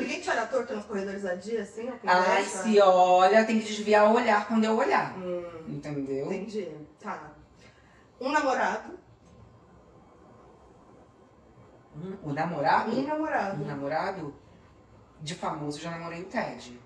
É. Ninguém te olha torto nos corredores a dia, assim? ou
Ai,
conversa?
se olha, tem que desviar o olhar quando eu olhar.
Hum,
Entendeu?
entendi. Tá. Um namorado.
Hum, O namorado?
Um namorado.
Um namorado de famoso, já namorei o Ted.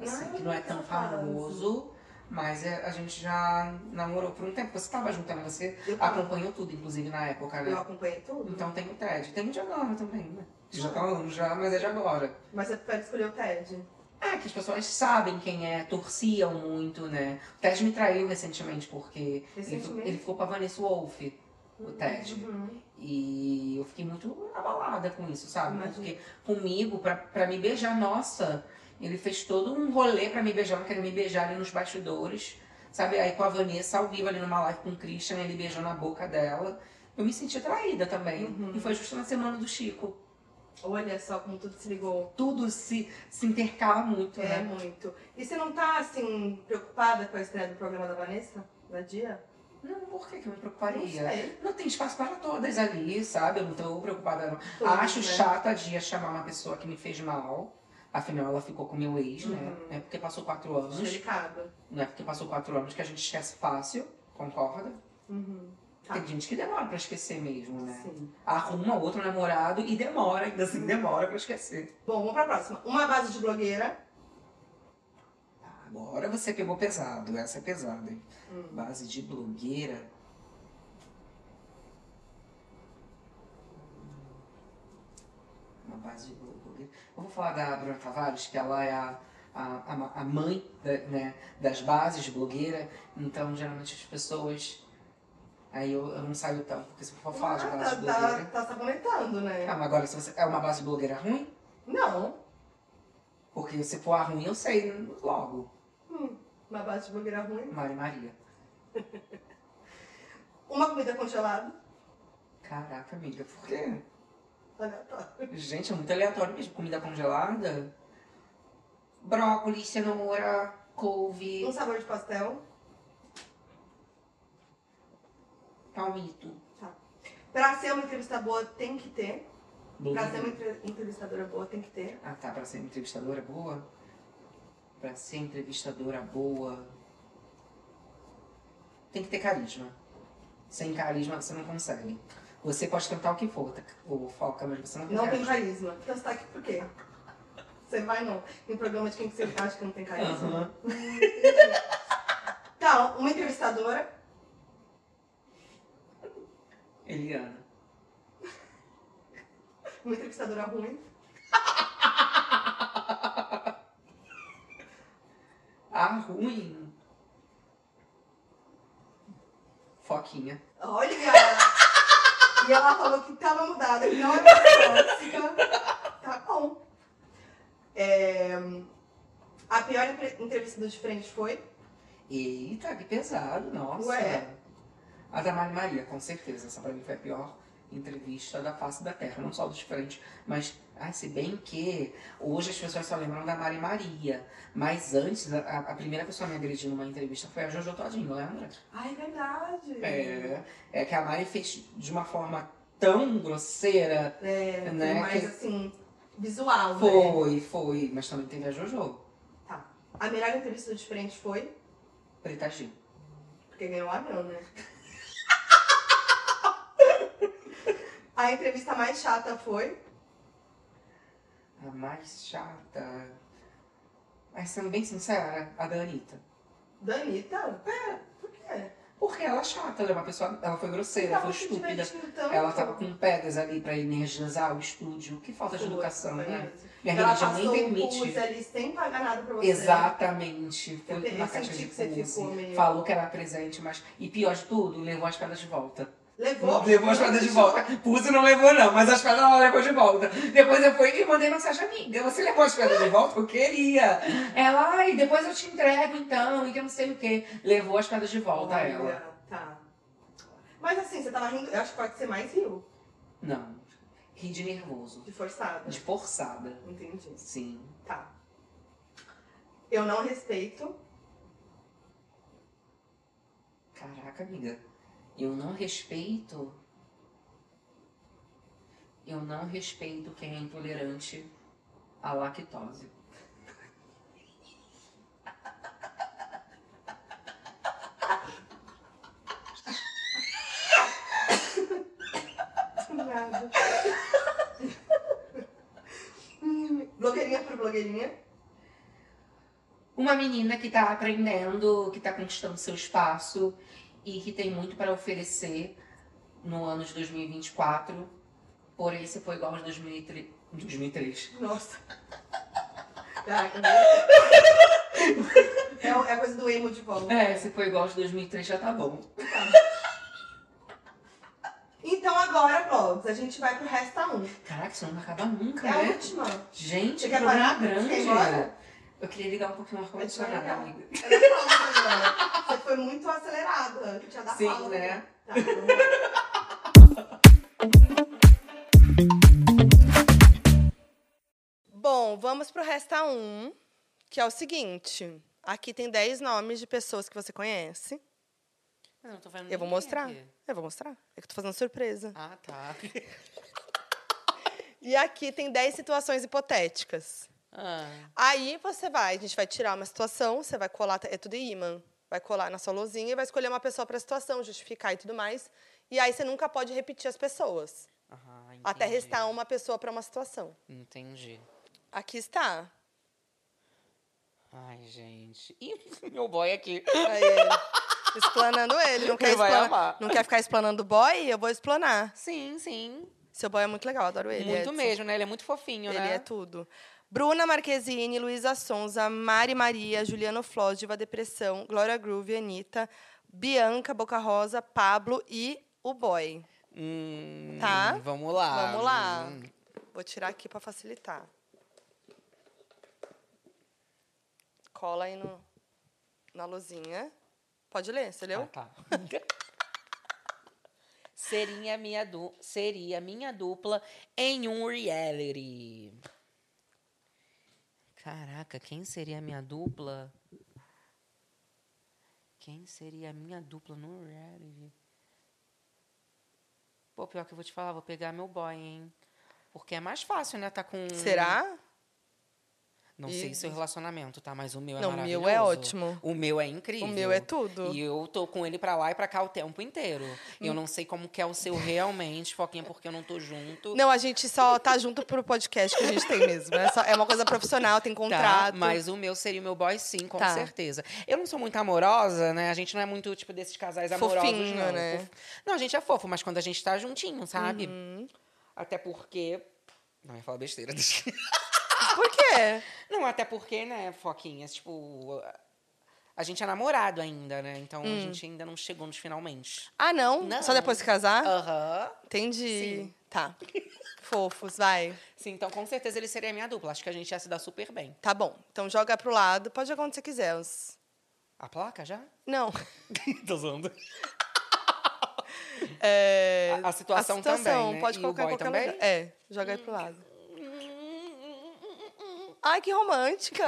Assim,
Ai,
que não é tão
que famoso.
famoso, mas é- a gente já namorou por um tempo. Você tava junto, né? Você
Eu,
acompanhou tudo, inclusive, na época,
eu
né?
acompanhei tudo.
Então tem o Ted. Tem o de agora também, né? Que Já tá anos já, mas é de agora.
Mas você prefere escolher o Ted?
É, que as pessoas sabem quem é, torciam muito, né? O Ted me traiu recentemente, porque ele,
Recentemente?
ele ficou com a Vanessa Wolff. o tédio.
Uhum.
E eu fiquei muito abalada com isso, sabe?
Imagino.
Porque comigo, pra, pra me beijar, nossa, ele fez todo um rolê pra me beijar, não queria me beijar ali nos bastidores, sabe? Aí com a Vanessa ao vivo ali numa live com o Christian, ele beijou na boca dela. Eu me senti traída também.
Uhum.
E foi justo na semana do Chico.
Olha só como tudo se ligou.
Tudo se, se intercala muito,
É
né?
muito. E você não tá, assim, preocupada com a estreia do programa da Vanessa? Da Dia?
Não, por que, que eu me
Não
preocuparia?
sei.
Não tem espaço para todas ali, sabe? Eu não tô preocupada, não.
Todos,
Acho
né?
chato a Dia chamar uma pessoa que me fez mal. Afinal, ela ficou com meu ex, né?
Uhum.
Não é porque passou quatro anos.
Delicado.
Não é porque passou quatro anos que a gente esquece fácil, concorda?
Uhum. Tá.
Tem gente que demora pra esquecer mesmo, né?
Sim. Uhum.
Arruma outro namorado e demora, ainda assim demora pra esquecer.
Bom, vamos pra próxima. Uma base de blogueira.
Agora você pegou pesado, essa é pesada, hein?
Hum.
Base de blogueira. Uma base de blogueira. Eu vou falar da Bruna Tavares, que ela é a, a, a ma- a mãe da- né, das bases de blogueira. Então, geralmente as pessoas. Aí eu, eu não saio tanto, porque se for falar de
Ah,
base de
tá, tá,
blogueira.
tá sabonetando, né?
Ah, mas agora, se você. É uma base de blogueira ruim?
Não.
Porque se for a ruim, eu sei logo.
Hum, Uma base de blogueira ruim.
Mari Maria.
Uma comida congelada.
Caraca, amiga, por quê?
Aleatório.
Gente, é muito aleatório mesmo. Comida congelada. Brócolis, cenoura,
Um
couve,
sabor de pastel.
palmito.
Pra ser uma entrevista boa, tem que ter. Pra ser uma
Blogueira.
entre- entrevistadora boa, tem que ter.
Ah tá, pra ser entrevistadora boa? Pra ser entrevistadora boa. Tem que ter carisma. Sem carisma você não consegue. Você pode tentar o que for, tá- ou foca, mas você não
Não
consegue.
tem carisma. Então você tá aqui por quê? Você vai não. Em programa de quem que você acha que não tem carisma.
Aham.
Então, uma entrevistadora.
Eliana.
Uma entrevistadora ruim.
Ah, ruim. Foquinha.
Olha! e ela falou que tava mudada, que não é tóxica. Tá bom. É, a pior empre- entrevista do de frente foi.
Eita, que pesado, nossa.
Ué.
A da Mari Maria, com certeza. Essa pra mim foi a pior entrevista da face da Terra. Não só dos frentes, mas... Ai, se bem que hoje as pessoas só lembram da Mari Maria. Mas antes, a, a primeira pessoa a me agredir numa entrevista foi a Jojo Todinho, lembra?
Ai, é verdade.
É, é que a Mari fez de uma forma tão grosseira.
É, foi
Né,
mais
que-
assim, visual, né?
Foi, foi. Mas também teve a Jojo,
Tá. A melhor entrevista do de frente foi.
Preta Gil.
Porque ganhou o anel, né? A entrevista mais chata foi.
A mais chata... Mas sendo bem sincera, a da Anitta.
da Anitta? É, por quê?
Porque ela é chata, ela é uma pessoa. Ela foi grosseira, ela
Tava
foi
se
estúpida.
divertindo tanto.
Ela tava com pedras ali pra energizar o estúdio. Que falta de
Foi,
educação,
foi
né?
mesmo.
Minha
ela
religião
passou
nem
o pus
permite.
ali sem pagar nada pra você.
Exatamente. Foi
Eu
uma
senti
caixa de
que você ficou
pulse.
meio-
Falou que era presente, mas. E pior de tudo, levou as pedras de volta.
Levou. um
Levou as pedras de volta. Pulse não levou, não, mas as pedras ela levou de volta. Depois eu fui e mandei mensagem amiga. Você levou as pedras de volta? Eu queria. Ela, ai, depois eu te entrego então, e que eu não sei o quê. Levou as pedras de volta a
Olha,
ela.
Tá. Mas assim, você tava rindo. Eu acho que pode ser mais rio,
Não. Ri de nervoso.
de forçada.
De forçada.
Entendi.
Sim.
Tá. Eu não respeito.
Caraca, amiga. Eu não respeito. Eu não respeito quem é intolerante à lactose.
Nada. blogueirinha por blogueirinha.
Uma menina que tá aprendendo, que tá conquistando seu espaço e que tem muito para oferecer no ano de 2024. Porém, se for igual aos 2003. 2003.
Nossa. Caraca. né? É, o- é a coisa do emo de volta.
É, se for igual aos 2003 já tá bom.
Então
blogs. A gente vai pro Resta 1.
Caraca, isso não acaba nunca,
É a
né?
última.
Gente,
Você
que
quer
problema
parar? Quer
grande.
ir embora?
Eu queria ligar um pouquinho mais
Mas foi
condicionado,
legal.
amiga.
Ela é pronta, Joana. Você foi muito acelerada. Já dá
Sim,
fala,
né?
Tá, vamos lá.
Bom, vamos pro Resta 1, que é o seguinte. Aqui tem 10 nomes de pessoas que você conhece.
Eu não tô vendo
Eu vou
ninguém
mostrar.
aqui.
Eu vou mostrar. É que eu tô fazendo surpresa.
é Ah, tá.
E aqui tem 10 situações hipotéticas.
Ah,
Aí você vai, a gente vai tirar uma situação, você vai colar, é tudo em imã. Vai colar na sua luzinha e vai escolher uma pessoa pra situação, justificar e tudo mais. E aí você nunca pode repetir as pessoas.
ah,
Até
entendi.
restar uma pessoa pra uma situação.
Entendi.
Aqui está.
Ai, gente. Ih, meu boy aqui.
Pra ele. Explanando ele. Não quer,
Ele vai
explana-
amar.
não quer ficar explanando o boy? Eu vou explanar.
Sim, sim.
Seu boy é muito legal, adoro ele.
muito
Edson.
mesmo, né? Ele é muito fofinho,
Ele
né?
é tudo. Bruna Marquezine, Luísa Sonza, Mari Maria, Juliano Floss, Diva Depressão, Glória Groove, Anitta, Bianca, Boca Rosa, Pablo e o boy.
Hum,
Tá.
Vamos lá.
Vamos lá.
Hum.
Vou tirar aqui pra facilitar. Cola aí no, na luzinha. Pode ler, você leu?
Ah, tá. seria, minha du... seria minha dupla em um reality. Caraca, quem seria a minha dupla? Quem seria a minha dupla no reality? Pô, pior que eu vou te falar, vou pegar meu boy, hein? Porque é mais fácil, né? Tá com.
Será?
Não
E-
sei seu relacionamento, tá? Mas o meu é
Não, o
maravilhoso.
meu é ótimo.
O meu é incrível.
O meu é tudo. Hum.
E eu tô com ele pra lá e pra cá o tempo inteiro. Eu não sei como que é o seu realmente, Foquinha, porque eu não tô junto.
Não, a gente só tá junto pro podcast que a gente tem mesmo. É, só- é uma coisa profissional, tem
Tá,
um contrato.
mas o meu seria o meu boy, sim, com
Tá.
certeza. Eu não sou muito amorosa, né? A gente não é muito, tipo, desses casais amorosos,
Fofinho,
não.
né? Uhum.
Fofo- Não, a gente é fofo, mas quando a gente tá juntinho, sabe? Até porque... Não, eu ia falar besteira.
Por quê?
Não, até porque, né, Foquinhas, tipo. A gente é namorado ainda, né? Então a gente ainda não chegou nos finalmente.
Ah, não?
Não. Ah,
Só depois de casar?
Aham.
Entendi. Tá. Fofos, vai.
Sim, então com certeza ele seria a minha dupla. Acho que a gente ia se dar super bem.
Tá bom. Então joga pro lado. Pode jogar onde você quiser. os-
A placa já?
Não.
Tô zoando.
É,
A- a situação também, né?
Pode
E o
colocar em
boy
qualquer
também?
lugar. É, joga aí pro lado. Ai, que romântica!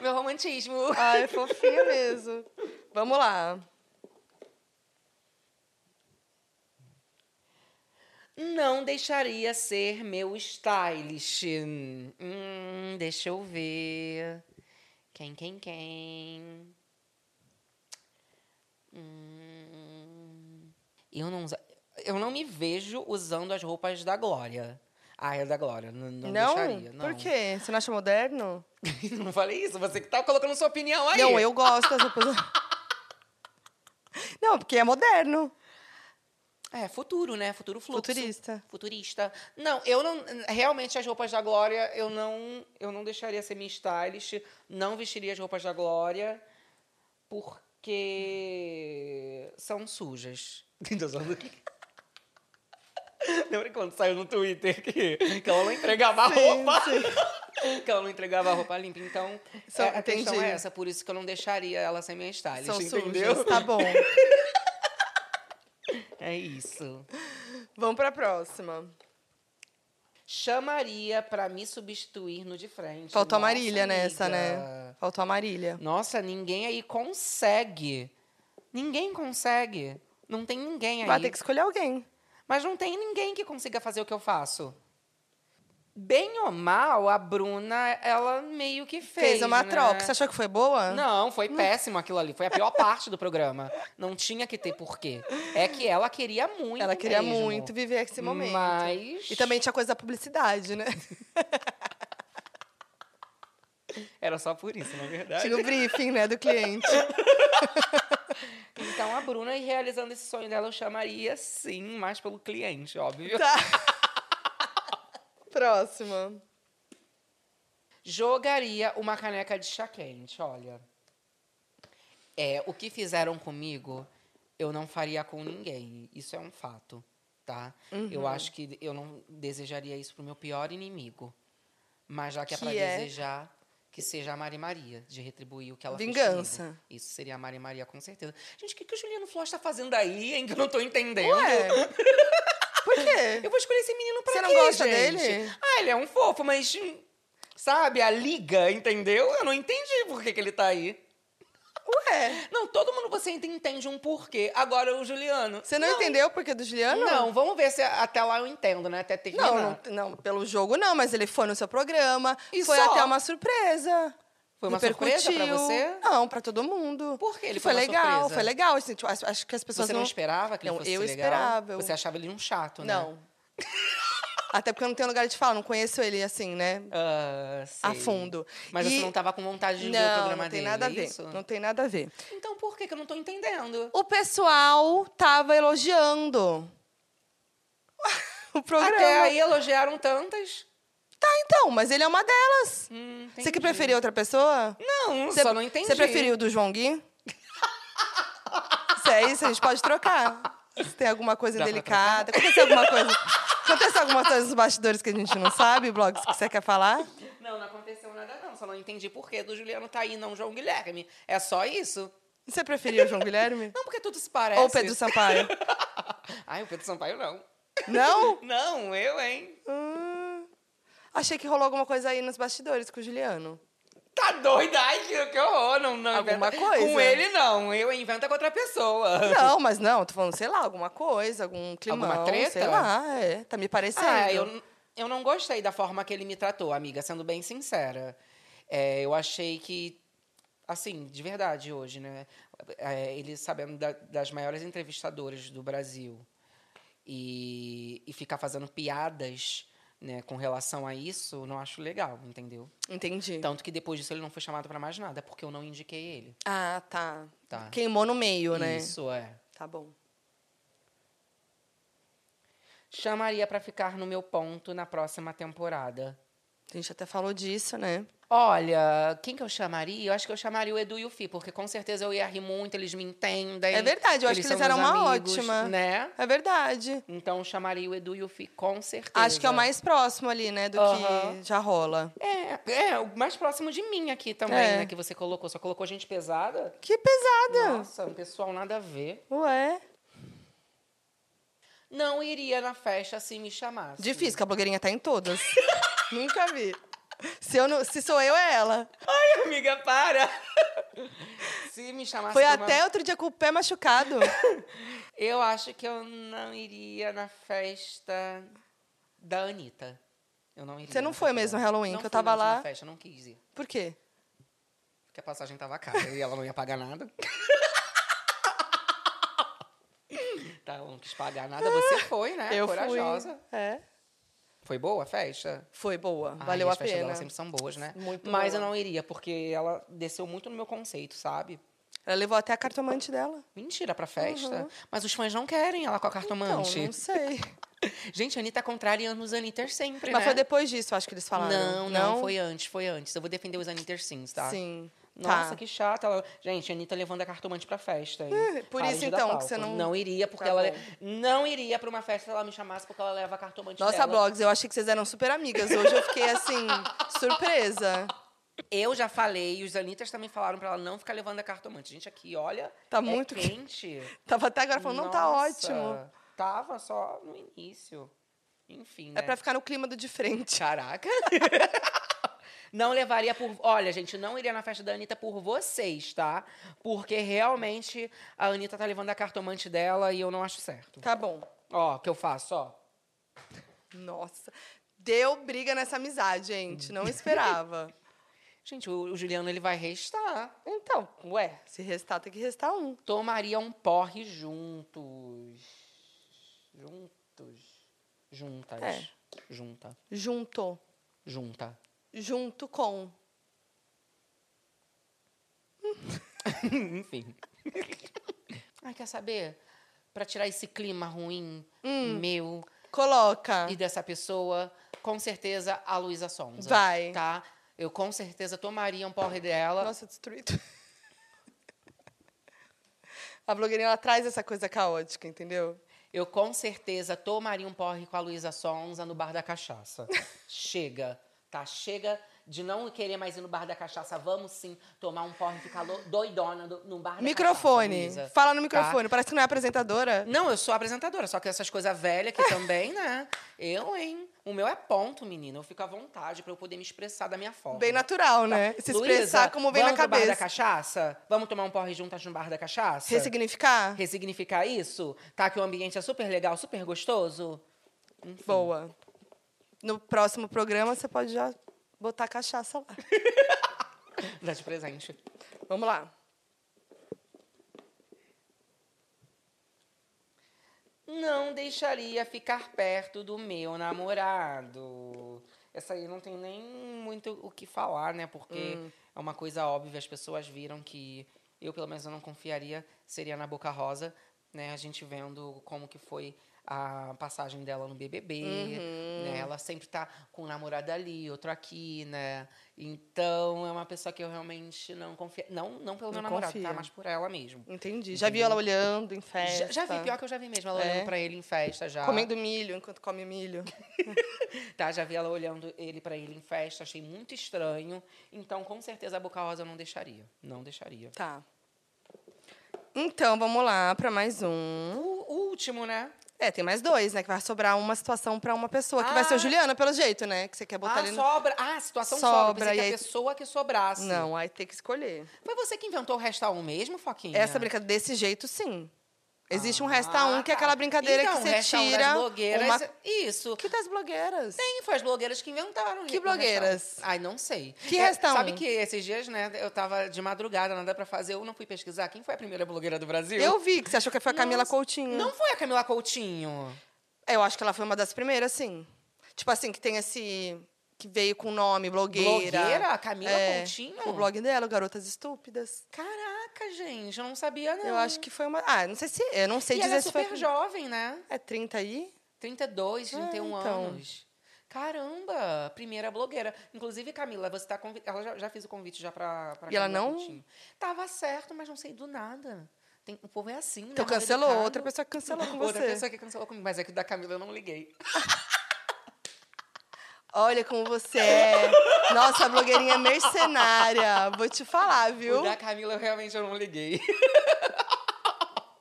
Meu romantismo.
Ai, é fofinha mesmo. Vamos lá.
Não deixaria ser meu stylist. Hum, deixa eu ver. Quem, quem, quem? Hum, eu não usa- eu não me vejo usando as roupas da Glória. Ah, é da Glória. Não, não, deixaria. Não.
Por quê? Você não acha moderno?
Não falei isso. Você que tá colocando sua opinião aí.
Não, eu gosto dessa pessoa. Não, porque é moderno.
É, futuro, né? Futuro fluxo.
Futurista.
Futurista. Não, eu não. Realmente, as roupas da Glória, eu não, eu não deixaria ser minha stylist. Não vestiria as roupas da Glória, porque são sujas. Lembra quando saiu no Twitter que, que ela não entregava a roupa? Que ela não entregava a roupa limpa. Então,
São-
é, a questão
entendi.
é essa. Por isso que eu não deixaria ela ser minha stylist,
São
entendeu?
sujas. Tá bom.
É isso.
Vamos pra próxima.
chamaria pra me substituir no de frente.
Faltou a
Nossa,
Marília nessa, né?
amiga.
Faltou a Marília.
Nossa, ninguém aí consegue. Ninguém consegue. Não tem ninguém aí.
Vai ter que escolher alguém.
Mas não tem ninguém que consiga fazer o que eu faço. Bem ou mal, a Bruna, ela meio que fez.
Fez uma
né?
troca. Você achou que foi boa?
Não, foi péssimo aquilo ali. Foi a pior parte do programa. Não tinha que ter porquê. É que ela queria muito.
Ela queria
mesmo.
muito viver esse momento.
Mas-
E também tinha coisa da publicidade, né?
Era só por isso, na verdade.
Tinha o briefing, né, do cliente.
Então a Bruna, e realizando esse sonho dela, eu chamaria sim, mais pelo cliente, óbvio.
Tá. Próxima.
Jogaria uma caneca de chá quente, olha. É, o que fizeram comigo, eu não faria com ninguém. Isso é um fato. tá?
Uhum.
Eu acho que eu não desejaria isso pro meu pior inimigo. Mas já que,
Que
é pra
é?
desejar, que seja a Mari Maria, de retribuir o que ela fez.
Vingança.
comigo. Isso seria a Mari Maria, com certeza. Gente, o que, que o Juliano Flores tá fazendo aí, hein? Que eu não tô entendendo.
Ué. Por quê?
Eu vou escolher esse menino pra
Você não
quê,
gosta
gente?
dele?
Ah, ele é um fofo, mas... hum, Sabe, a liga, entendeu? Eu não entendi por que, que ele tá aí.
Ué.
Não, todo mundo você ent- entende um porquê. Agora o Juliano. Ah,
Você não, entendeu o porquê do Juliano?
Não, vamos ver se até lá eu entendo, né? Até terminar.
Não, não, não, pelo jogo não, mas ele foi no seu programa.
E
foi
só?
até uma surpresa.
Foi uma surpresa pra
Repercutiu.
você?
Não, pra todo mundo.
Por que ele
Que
foi
foi
uma
legal,
surpresa?
foi legal. assim, tipo, acho, acho que as pessoas
Você não, esperava que ele
Não,
fosse
eu
legal?
esperava. eu-
Você achava ele um chato, né?
Não. até porque eu não tenho lugar de falar, não conheço ele assim, né?
Ah, sei.
A fundo.
Mas
E-
você não tava com vontade de
Não,
ver o programa
não tem
dele,
nada a
é
ver.
isso?
Não tem nada a ver.
Então por que que eu não tô entendendo?
O pessoal tava elogiando o programa.
Até aí elogiaram tantas.
Tá, então, mas ele é uma delas.
Hum,
Você
entendi.
que preferia outra pessoa?
Não,
Você-
só não entendi.
Você preferiu o do João Gui? Se é isso, a gente pode trocar. Se tem alguma coisa
Dá pra
delicada, aconteceu alguma coisa. Aconteceu alguma coisa nos bastidores que a gente não sabe, blogs que você quer falar?
Não, não aconteceu nada não. Só não entendi por que do Juliano tá aí, não o João Guilherme. É só isso?
Você preferia o João Guilherme?
Não, porque tudo se parece.
Ou o Pedro Sampaio?
Ai, o Pedro Sampaio não.
Não?
Não, eu, hein?
Hum. achei que rolou alguma coisa aí nos bastidores com o Juliano.
Tá doida? Ai, que que horror. Não, não
Alguma
inventa-
coisa.
Com ele, não. Eu inventa com outra pessoa.
Não, mas não, tô falando, sei lá, alguma coisa, algum climão.
Ah. Alguma treta?
Sei lá, é. Tá me parecendo.
Ah, eu, eu não gostei da forma que ele me tratou, amiga, sendo bem sincera. É, eu achei que, assim, de verdade hoje, né? é, ele sabendo da- das maiores entrevistadoras do Brasil e, e ficar fazendo piadas né, com relação a isso, não acho legal, entendeu?
Entendi.
Tanto que depois disso ele não foi chamado pra mais nada, porque eu não indiquei ele.
Ah, tá.
Tá.
Queimou no meio, né?
Isso, é.
Tá bom.
Chamaria pra ficar no meu ponto na próxima temporada.
A gente até falou disso, né?
Olha, quem que eu chamaria? Eu acho que eu chamaria o Edu e o Fi, porque com certeza eu ia rir muito, eles me entendem.
É verdade, eu acho que
são
eles eram
meus
uma
amigos,
ótima.
Né?
É verdade.
Então eu chamaria o Edu e o Fi, com certeza.
Acho que é o mais próximo ali, né, do
Aham.
que já rola.
É, é, o mais próximo de mim aqui também,
É.
né? Que você colocou. Só colocou gente pesada?
Que pesada!
Nossa, um pessoal nada a ver.
Ué.
Não iria na festa se me chamasse.
Difícil, que a blogueirinha tá em todas. Nunca vi. Se, eu não, se sou eu, é ela.
Ai, amiga, para! se me chamasse.
Foi
pra uma-
até outro dia com o pé machucado.
Eu acho que eu não iria na festa da Anitta. Eu não iria.
Você não
na
foi
festa
mesmo
dela.
no Halloween,
Não
que eu
fui na
tava
última
lá.
festa, não quis ir.
Por quê?
Porque a passagem tava cara e ela não ia pagar nada. tá, ela não quis pagar nada. Você foi, né?
eu
Corajosa.
fui. É.
Foi boa a festa?
Foi boa,
Ai,
valeu a
as festas
pena.
dela sempre são boas, né?
Muito
Mas eu
boa.
não iria, porque ela desceu muito no meu conceito, sabe?
Ela levou até a cartomante dela.
Mentira pra festa. Mas os fãs não querem ela com a cartomante.
Uhum. Então, Não, não sei.
Gente, a Anitta contrariando os Anitters sempre,
Mas
né?
foi depois disso, acho que eles falaram.
Não, não, foi antes, foi antes. Eu vou defender os Anitters Sims, tá?
Sim.
Nossa,
tá.
que chata. Ela... Gente, a Anitta levando a cartomante pra festa. hein?
por
Parem
isso,
de dar
então, que
palco.
você não-
Não iria, porque
Tá
ela
bom.
não iria pra uma festa se ela me chamasse porque ela leva a cartomante
Nossa,
dela.
blogs, eu achei que vocês eram super amigas. Hoje eu fiquei assim, surpresa.
Eu já falei, e os Anitters também falaram pra ela não ficar levando a cartomante. Gente, aqui, olha.
Tá
é
muito que-
quente.
Tava até agora falando, não tá
Nossa,
ótimo.
Tava só no início. Enfim.
É
né?
pra ficar no clima do de frente.
Caraca! Não levaria por. Olha, gente, não iria na festa da Anitta por vocês, tá? Porque realmente a Anitta tá levando a cartomante dela e eu não acho certo.
Tá bom.
Ó, o que eu faço, ó.
Nossa. Deu briga nessa amizade, gente. Não esperava.
Gente, o, o Juliano ele vai restar.
então, ué, se restar, tem que restar um.
Tomaria um porre juntos. Juntos. Juntas.
É.
Junta.
Junto.
Junta.
Junto com.
Enfim. Ai, quer saber? Pra tirar esse clima ruim meu,
Coloca.
e dessa pessoa, com certeza a Luísa Sonza.
Vai.
Tá? Eu com certeza tomaria um porre dela.
Nossa, destruído. A blogueirinha, ela traz essa coisa caótica, entendeu?
Eu com certeza tomaria um porre com a Luísa Sonza no bar da cachaça. chega, tá? Chega de não querer mais ir no bar da cachaça. Vamos sim tomar um porre e ficar lo- doidona do, no bar da
Microfone.
cachaça. Luísa.
Fala no
Tá?
microfone. Parece que não é apresentadora.
Não, eu sou apresentadora, só que essas coisas velhas aqui também, né? Eu, hein? O meu é ponto, menina. Eu fico à vontade pra eu poder me expressar da minha forma.
Bem natural, né? Se
Tá. Luísa,
expressar como vem na
vamos pro bar da
cabeça.
cachaça? Vamos tomar um porre juntas no bar da cachaça?
Ressignificar?
Ressignificar isso? Tá, que o ambiente é super legal, super gostoso.
Boa. No próximo programa, você pode já botar a cachaça lá.
Dá de presente.
Vamos lá.
Não deixaria ficar perto do meu namorado. Essa aí não tem nem muito o que falar, né? Porque
Hum.
é uma coisa óbvia, as pessoas viram que eu, pelo menos, eu não confiaria, seria na Boca Rosa, né? A gente vendo como que foi a passagem dela no BBB,
Uhum.
né? Ela sempre tá com um namorado ali, outro aqui, né? Então, é uma pessoa que eu realmente não confio. Não, não pelo
Não
meu namorado,
confia.
tá? Mas por ela mesmo.
Entendi. Já viu ela olhando em festa?
Já, já vi, pior que eu já vi mesmo ela
É.
olhando pra ele em festa já.
Comendo milho enquanto come milho.
Tá, já vi ela olhando ele pra ele em festa, achei muito estranho. Então, com certeza, a Boca Rosa eu não deixaria. Não deixaria.
Tá. Então, vamos lá para mais um.
O último, né?
É, tem mais dois, né? Que vai sobrar uma situação para uma pessoa, que vai ser o
Ah.
Juliana, pelo jeito, né? Que você quer botar
ah,
ali no.
sobra. Ah, a situação sobra.
Sobra,
Pensei que
e aí-
a pessoa que sobrasse.
Não, aí tem que escolher.
Foi você que inventou o Resta um mesmo, Foquinha?
Essa brincadeira, desse jeito, sim. Existe um resta
Ah,
um, que é
tá.
aquela brincadeira
Então,
que você
Resta Um das
tira.
blogueiras,
uma...
Isso.
Que das blogueiras?
Tem, foi as blogueiras que inventaram.
Que
o Resta Um.
blogueiras?
Ai, não sei.
Que
É,
Resta Um?
Sabe que esses dias, né, eu tava de madrugada, nada pra fazer, eu não fui pesquisar. Quem foi a primeira blogueira do Brasil?
Eu vi que você achou que foi a Camila
é Nossa.
Coutinho.
Não foi a Camila Coutinho.
Eu acho que ela foi uma das primeiras, sim. Tipo assim, que tem esse. Que veio com o nome, blogueira. é,
Blogueira? Camila Coutinho?
O blog dela, Garotas Estúpidas.
Caraca, gente, eu não sabia, não.
Eu acho que foi uma. Ah, não sei se. Eu não sei
É. E
dizer
ela é
se
super
foi.
jovem, né?
É 30 aí?
32, 31
então.
anos. Caramba, primeira blogueira. Inclusive, Camila, você tá convi... Ela já, já fez o convite já pra, pra
E ela
Camila
não-
Coutinho. Tava certo, mas não sei do nada. Tem- O povo é assim, né?
Então
Mal
cancelou.
educado.
Outra pessoa cancelou com
Outra
você.
pessoa que cancelou comigo. Mas é que da Camila eu não liguei.
Olha como você é. Nossa, a blogueirinha é mercenária. Vou te falar, viu?
O da Camila eu realmente eu não liguei.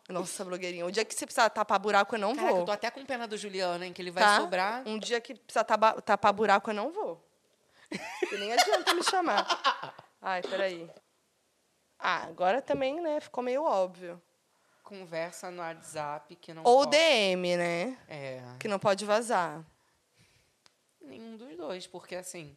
Nossa, blogueirinha. O dia que você precisar tapar buraco, eu não
Caraca,
vou.
eu tô até com pena do Juliano, hein? Que ele vai
tá?
sobrar.
Um dia que precisar taba- tapar buraco, eu não vou. E nem adianta me chamar. Ai, peraí. Ah, agora também, né? Ficou meio óbvio.
Conversa no WhatsApp que não
Ou
pode.
DM, né?
É.
Que não pode vazar.
Nenhum dos dois, porque assim,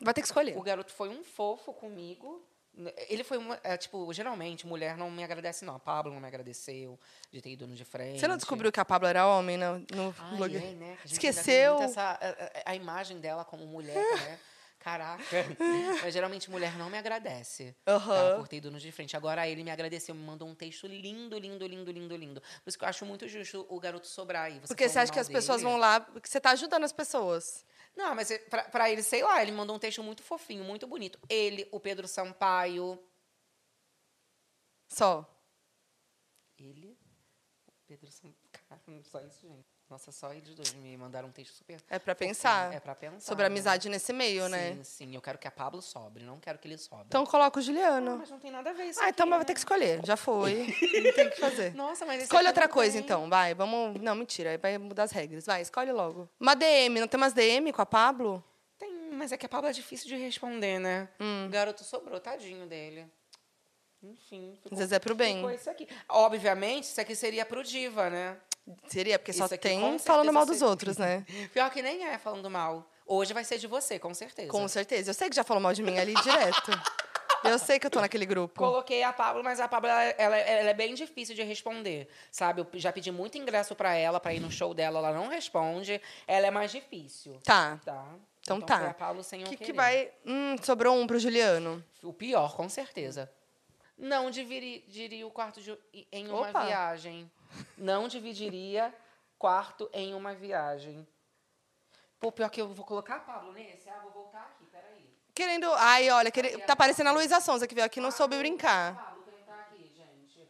Vai ter que escolher.
o garoto foi um fofo comigo. N- Ele foi uma. é, tipo, geralmente, mulher não me agradece, não. A Pablo não me agradeceu de ter ido no de frente.
Você não descobriu que a Pablo era homem no, no
Ai,
blog?
é, né? A gente ainda tem
Esqueceu?
muito essa- a- a, a imagem dela como mulher, né? Caraca. Mas, geralmente, mulher não me agradece.
Aham.
Tá, por ter ido no de frente. Agora ele me agradeceu, me mandou um texto lindo, lindo, lindo, lindo, lindo. Por isso que eu acho muito justo o garoto sobrar aí. Você
Porque você
falou
acha que
mal
as pessoas
dele.
vão lá. Porque você tá ajudando as pessoas.
Não, mas é- pra, pra ele, sei lá, ele mandou um texto muito fofinho, muito bonito. Ele, o Pedro Sampaio.
Só.
Ele? O Pedro Sampaio. Caramba, só isso, gente. Nossa, só eles dois me mandaram um texto super.
É pra
fofinho.
pensar.
É pra pensar.
Sobre a
né?
amizade nesse meio, né?
Sim, sim. Eu quero que a Pablo sobre, não quero que ele sobre.
Então coloca o
Ah,
Juliano.
mas não tem nada a ver isso.
Ah, então mas
aqui,
vai
né?
ter que escolher. Já foi. Não tem o que fazer.
Nossa, mas. esse
Escolhe
aqui
outra
não
coisa,
tem.
então. Vai, vamos. Não, mentira. Aí vai mudar as regras. Vai, escolhe logo. Uma DM, não tem umas DM com a Pablo?
Tem, mas é que a Pablo é difícil de responder, né?
Hum.
O garoto sobrou, tadinho dele. Enfim. Ficou,
Zezé é pro bem.
Ficou isso aqui. Obviamente, isso aqui seria pro Diva, né?
Seria, porque só
Isso aqui,
tem
com
falando
certeza,
mal dos
seria.
outros, né?
Pior que nem é falando mal. Hoje vai ser de você, com certeza.
Com certeza. Eu sei que já falou mal de mim ali direto. Eu sei que eu tô naquele grupo.
Coloquei a Pablo, mas a Pablo ela, ela- ela é bem difícil de responder, sabe? Eu já pedi muito ingresso pra ela, pra ir no show dela, ela não responde. Ela é mais difícil.
Tá.
Tá?
Então
Foi
tá.
a Pablo sem eu
Que, que
querer.
vai. Hum, sobrou um pro Juliano.
O pior, com certeza. Não diviri- dividiria o quarto de- em uma
Opa.
viagem. Não dividiria quarto em uma viagem. Pô, pior que eu vou colocar a Pablo nesse. Ah, vou voltar aqui, peraí.
Querendo. Ai, olha, quere- tá parecendo a Luísa Sonza que veio aqui e não soube brincar.
Pablo, quem tá aqui, gente?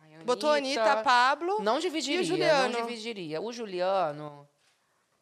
Ai, eu
Botou Anitta, Pablo.
Não dividiria,
E o Juliano?
não dividiria. O Juliano...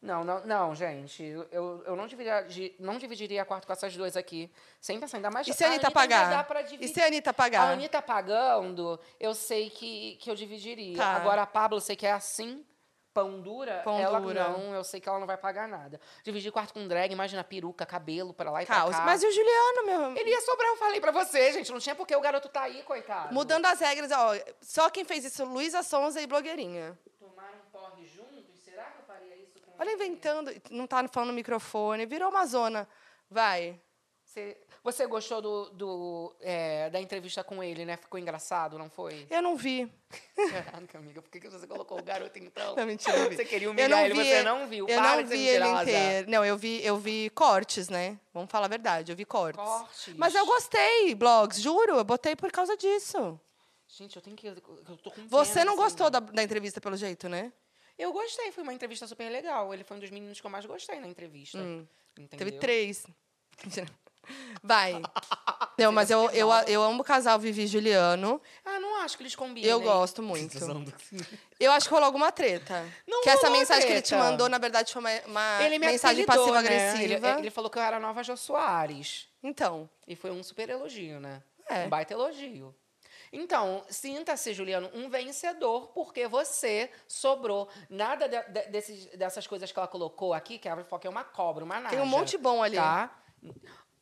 Não, não, não, gente. Eu, eu não, dividiria, di- não dividiria quarto com essas duas aqui. Sem pensar, ainda mais...
E se a Anitta
Já dá
pagar?
pra
E
dividir.
se a Anitta
A
pagar?
Anitta pagando, eu sei que, que eu dividiria.
Tá.
Agora, a Pablo, eu sei que é assim, pão dura.
Pão
ela
dura.
não, eu sei que ela não vai pagar nada. Dividir quarto com drag, imagina peruca, cabelo pra lá e
Caos.
pra cá.
Mas e o Juliano, meu?
Ele ia sobrar, eu falei pra você, gente. Não tinha porque o garoto tá aí, coitado.
Mudando as regras, ó. Só quem fez isso, Luísa Sonza e blogueirinha.
Tomar um porre juntos? Será que eu faria isso com
Olha, inventando. Não tá falando no microfone. Virou uma zona. Vai.
Você, você gostou do, do, é, da entrevista com ele, né? Ficou engraçado, não foi?
Eu não vi.
Caraca, amiga, por que que você colocou o garoto então?
Não, mentira, eu vi.
Você queria
Eu
humilhar
não
ele,
vi
você não viu.
Eu
Para
não
de ser
vi ele
mentirosa.
inteiro. Não, eu vi, eu vi cortes, né? Vamos falar a verdade, eu vi cortes.
Cortes.
Mas eu gostei, blogs, juro. Eu botei por causa disso.
Gente, eu tenho que. Eu tô com
Você
pena,
não
assim.
gostou da, da entrevista, pelo jeito, né?
Eu gostei, foi uma entrevista super legal. Ele foi um dos meninos que eu mais gostei na entrevista. Entendeu?
Hum. Teve três. Mentira. Vai. Não, mas eu, eu, eu amo o casal Vivi e Juliano.
Ah, não acho que eles combinam.
Eu gosto muito. Eu acho que rolou alguma treta.
Não
que essa
rolou
mensagem que ele te
treta.
mandou, na verdade, foi uma, uma
Ele me
mensagem
apelidou, né?
passiva-agressiva.
Ele, ele falou que eu era a nova Jô Soares.
Então,
E foi um super elogio, né?
É.
Um baita elogio. Então, sinta-se, Juliano, um vencedor, porque você sobrou. Nada de- de- desses- dessas coisas que ela colocou aqui, que a Avril Foca é uma cobra, uma naja.
tem um monte bom ali.
Tá?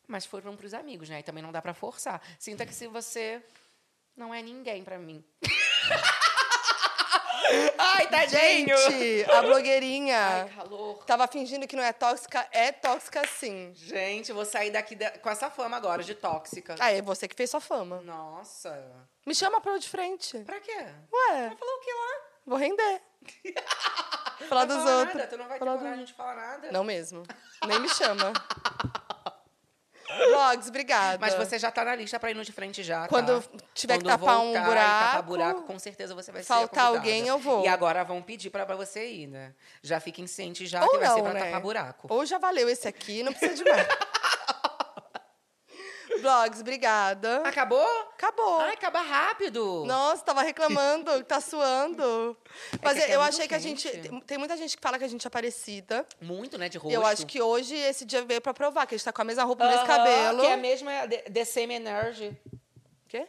Mas foram pros amigos, né? E também não dá pra forçar. Sinta que se você não é ninguém pra mim. Ai, tadinho!
Gente, a blogueirinha
Ai, calor.
tava fingindo que não é tóxica, é tóxica sim.
Gente, vou sair daqui da- com essa fama agora de tóxica.
Ah, é você que fez sua fama.
Nossa.
Me chama pra eu de frente.
Pra quê?
Ué,
Falou o que lá?
vou render. Falar
Não
dos
fala
outros.
Nada, tu não vai ter
Falar
coragem de falar nada.
Não mesmo. Nem me chama. Blogs, obrigada.
Mas você já tá na lista pra ir no de frente já. tá?
Quando tiver que
Quando
tapar um
voltar e
buraco,
tapar buraco, com certeza você vai ser.
faltar
convidada.
alguém, eu vou.
E agora vão pedir pra pra você ir, né? Já fiquem cientes já
Ou
que vai ser
não,
pra
né?
tapar buraco.
Ou já valeu esse aqui, não precisa de mais. Blogs, obrigada.
Acabou?
Acabou.
Ai, acaba rápido.
Nossa, tava reclamando, tá suando. Mas
que aqui é
eu
muita
achei que a gente.
gente.
tem- Tem muita gente que fala que a gente é parecida.
Muito, né, de rosto.
Eu acho que hoje esse dia veio pra provar, que a gente tá com a mesma roupa, o
Aham,
mesmo cabelo.
Que é a mesma The the Same Energy.
Quê?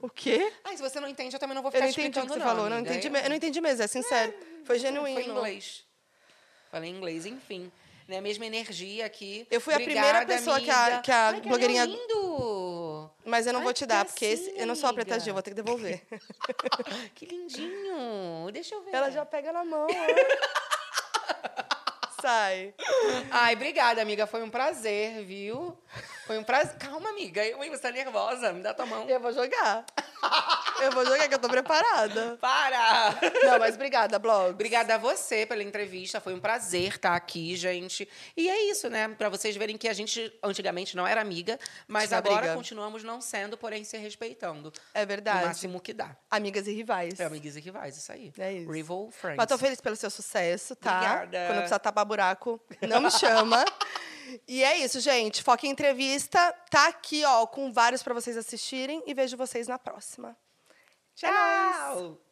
o quê?
Ai, se você não entende, eu também não vou
Eu
ficar
não entendi o
Tá explicando,
que você falou. Não
amiga.
entendi,
Eu-
me- eu não entendi mesmo, é sincero. Foi genuíno.
Foi em inglês. Falei em inglês, enfim. Né? A mesma energia aqui.
Eu fui a
Obrigada,
primeira pessoa que a-
amiga.
que a
Ai, que
blogueirinha-
anel lindo!
Mas eu não
Ai,
vou
que
te dar, porque esse-
gracinha,
eu não sou a preta
amiga.
Gil, vou ter que devolver.
Que lindinho! Deixa eu ver.
Ela já tá- pega na mão, ó. Sai.
Ai, obrigada, amiga. Foi um prazer, viu? Foi um prazer. Calma, amiga. Eu, hein, você tá nervosa. Me dá tua mão.
Eu vou jogar. Eu vou jogar, que eu tô preparada.
Para!
Não, mas obrigada, blog.
Obrigada a você pela entrevista. Foi um prazer estar aqui, gente. E é isso, né? Pra vocês verem que a gente antigamente não era amiga, mas
Tinha
agora
briga.
continuamos não sendo, porém se respeitando.
É
O
verdade.
máximo que dá.
Amigas e rivais.
É amiguinhos e rivais, isso aí.
É isso.
Rival Friends.
Mas tô feliz pelo seu sucesso, tá?
Obrigada.
Quando precisar tapar buraco, não me chama. e é isso, gente. Foca em entrevista. Tá aqui, ó, com vários pra vocês assistirem. E vejo vocês na próxima. Tchau!
Tchau!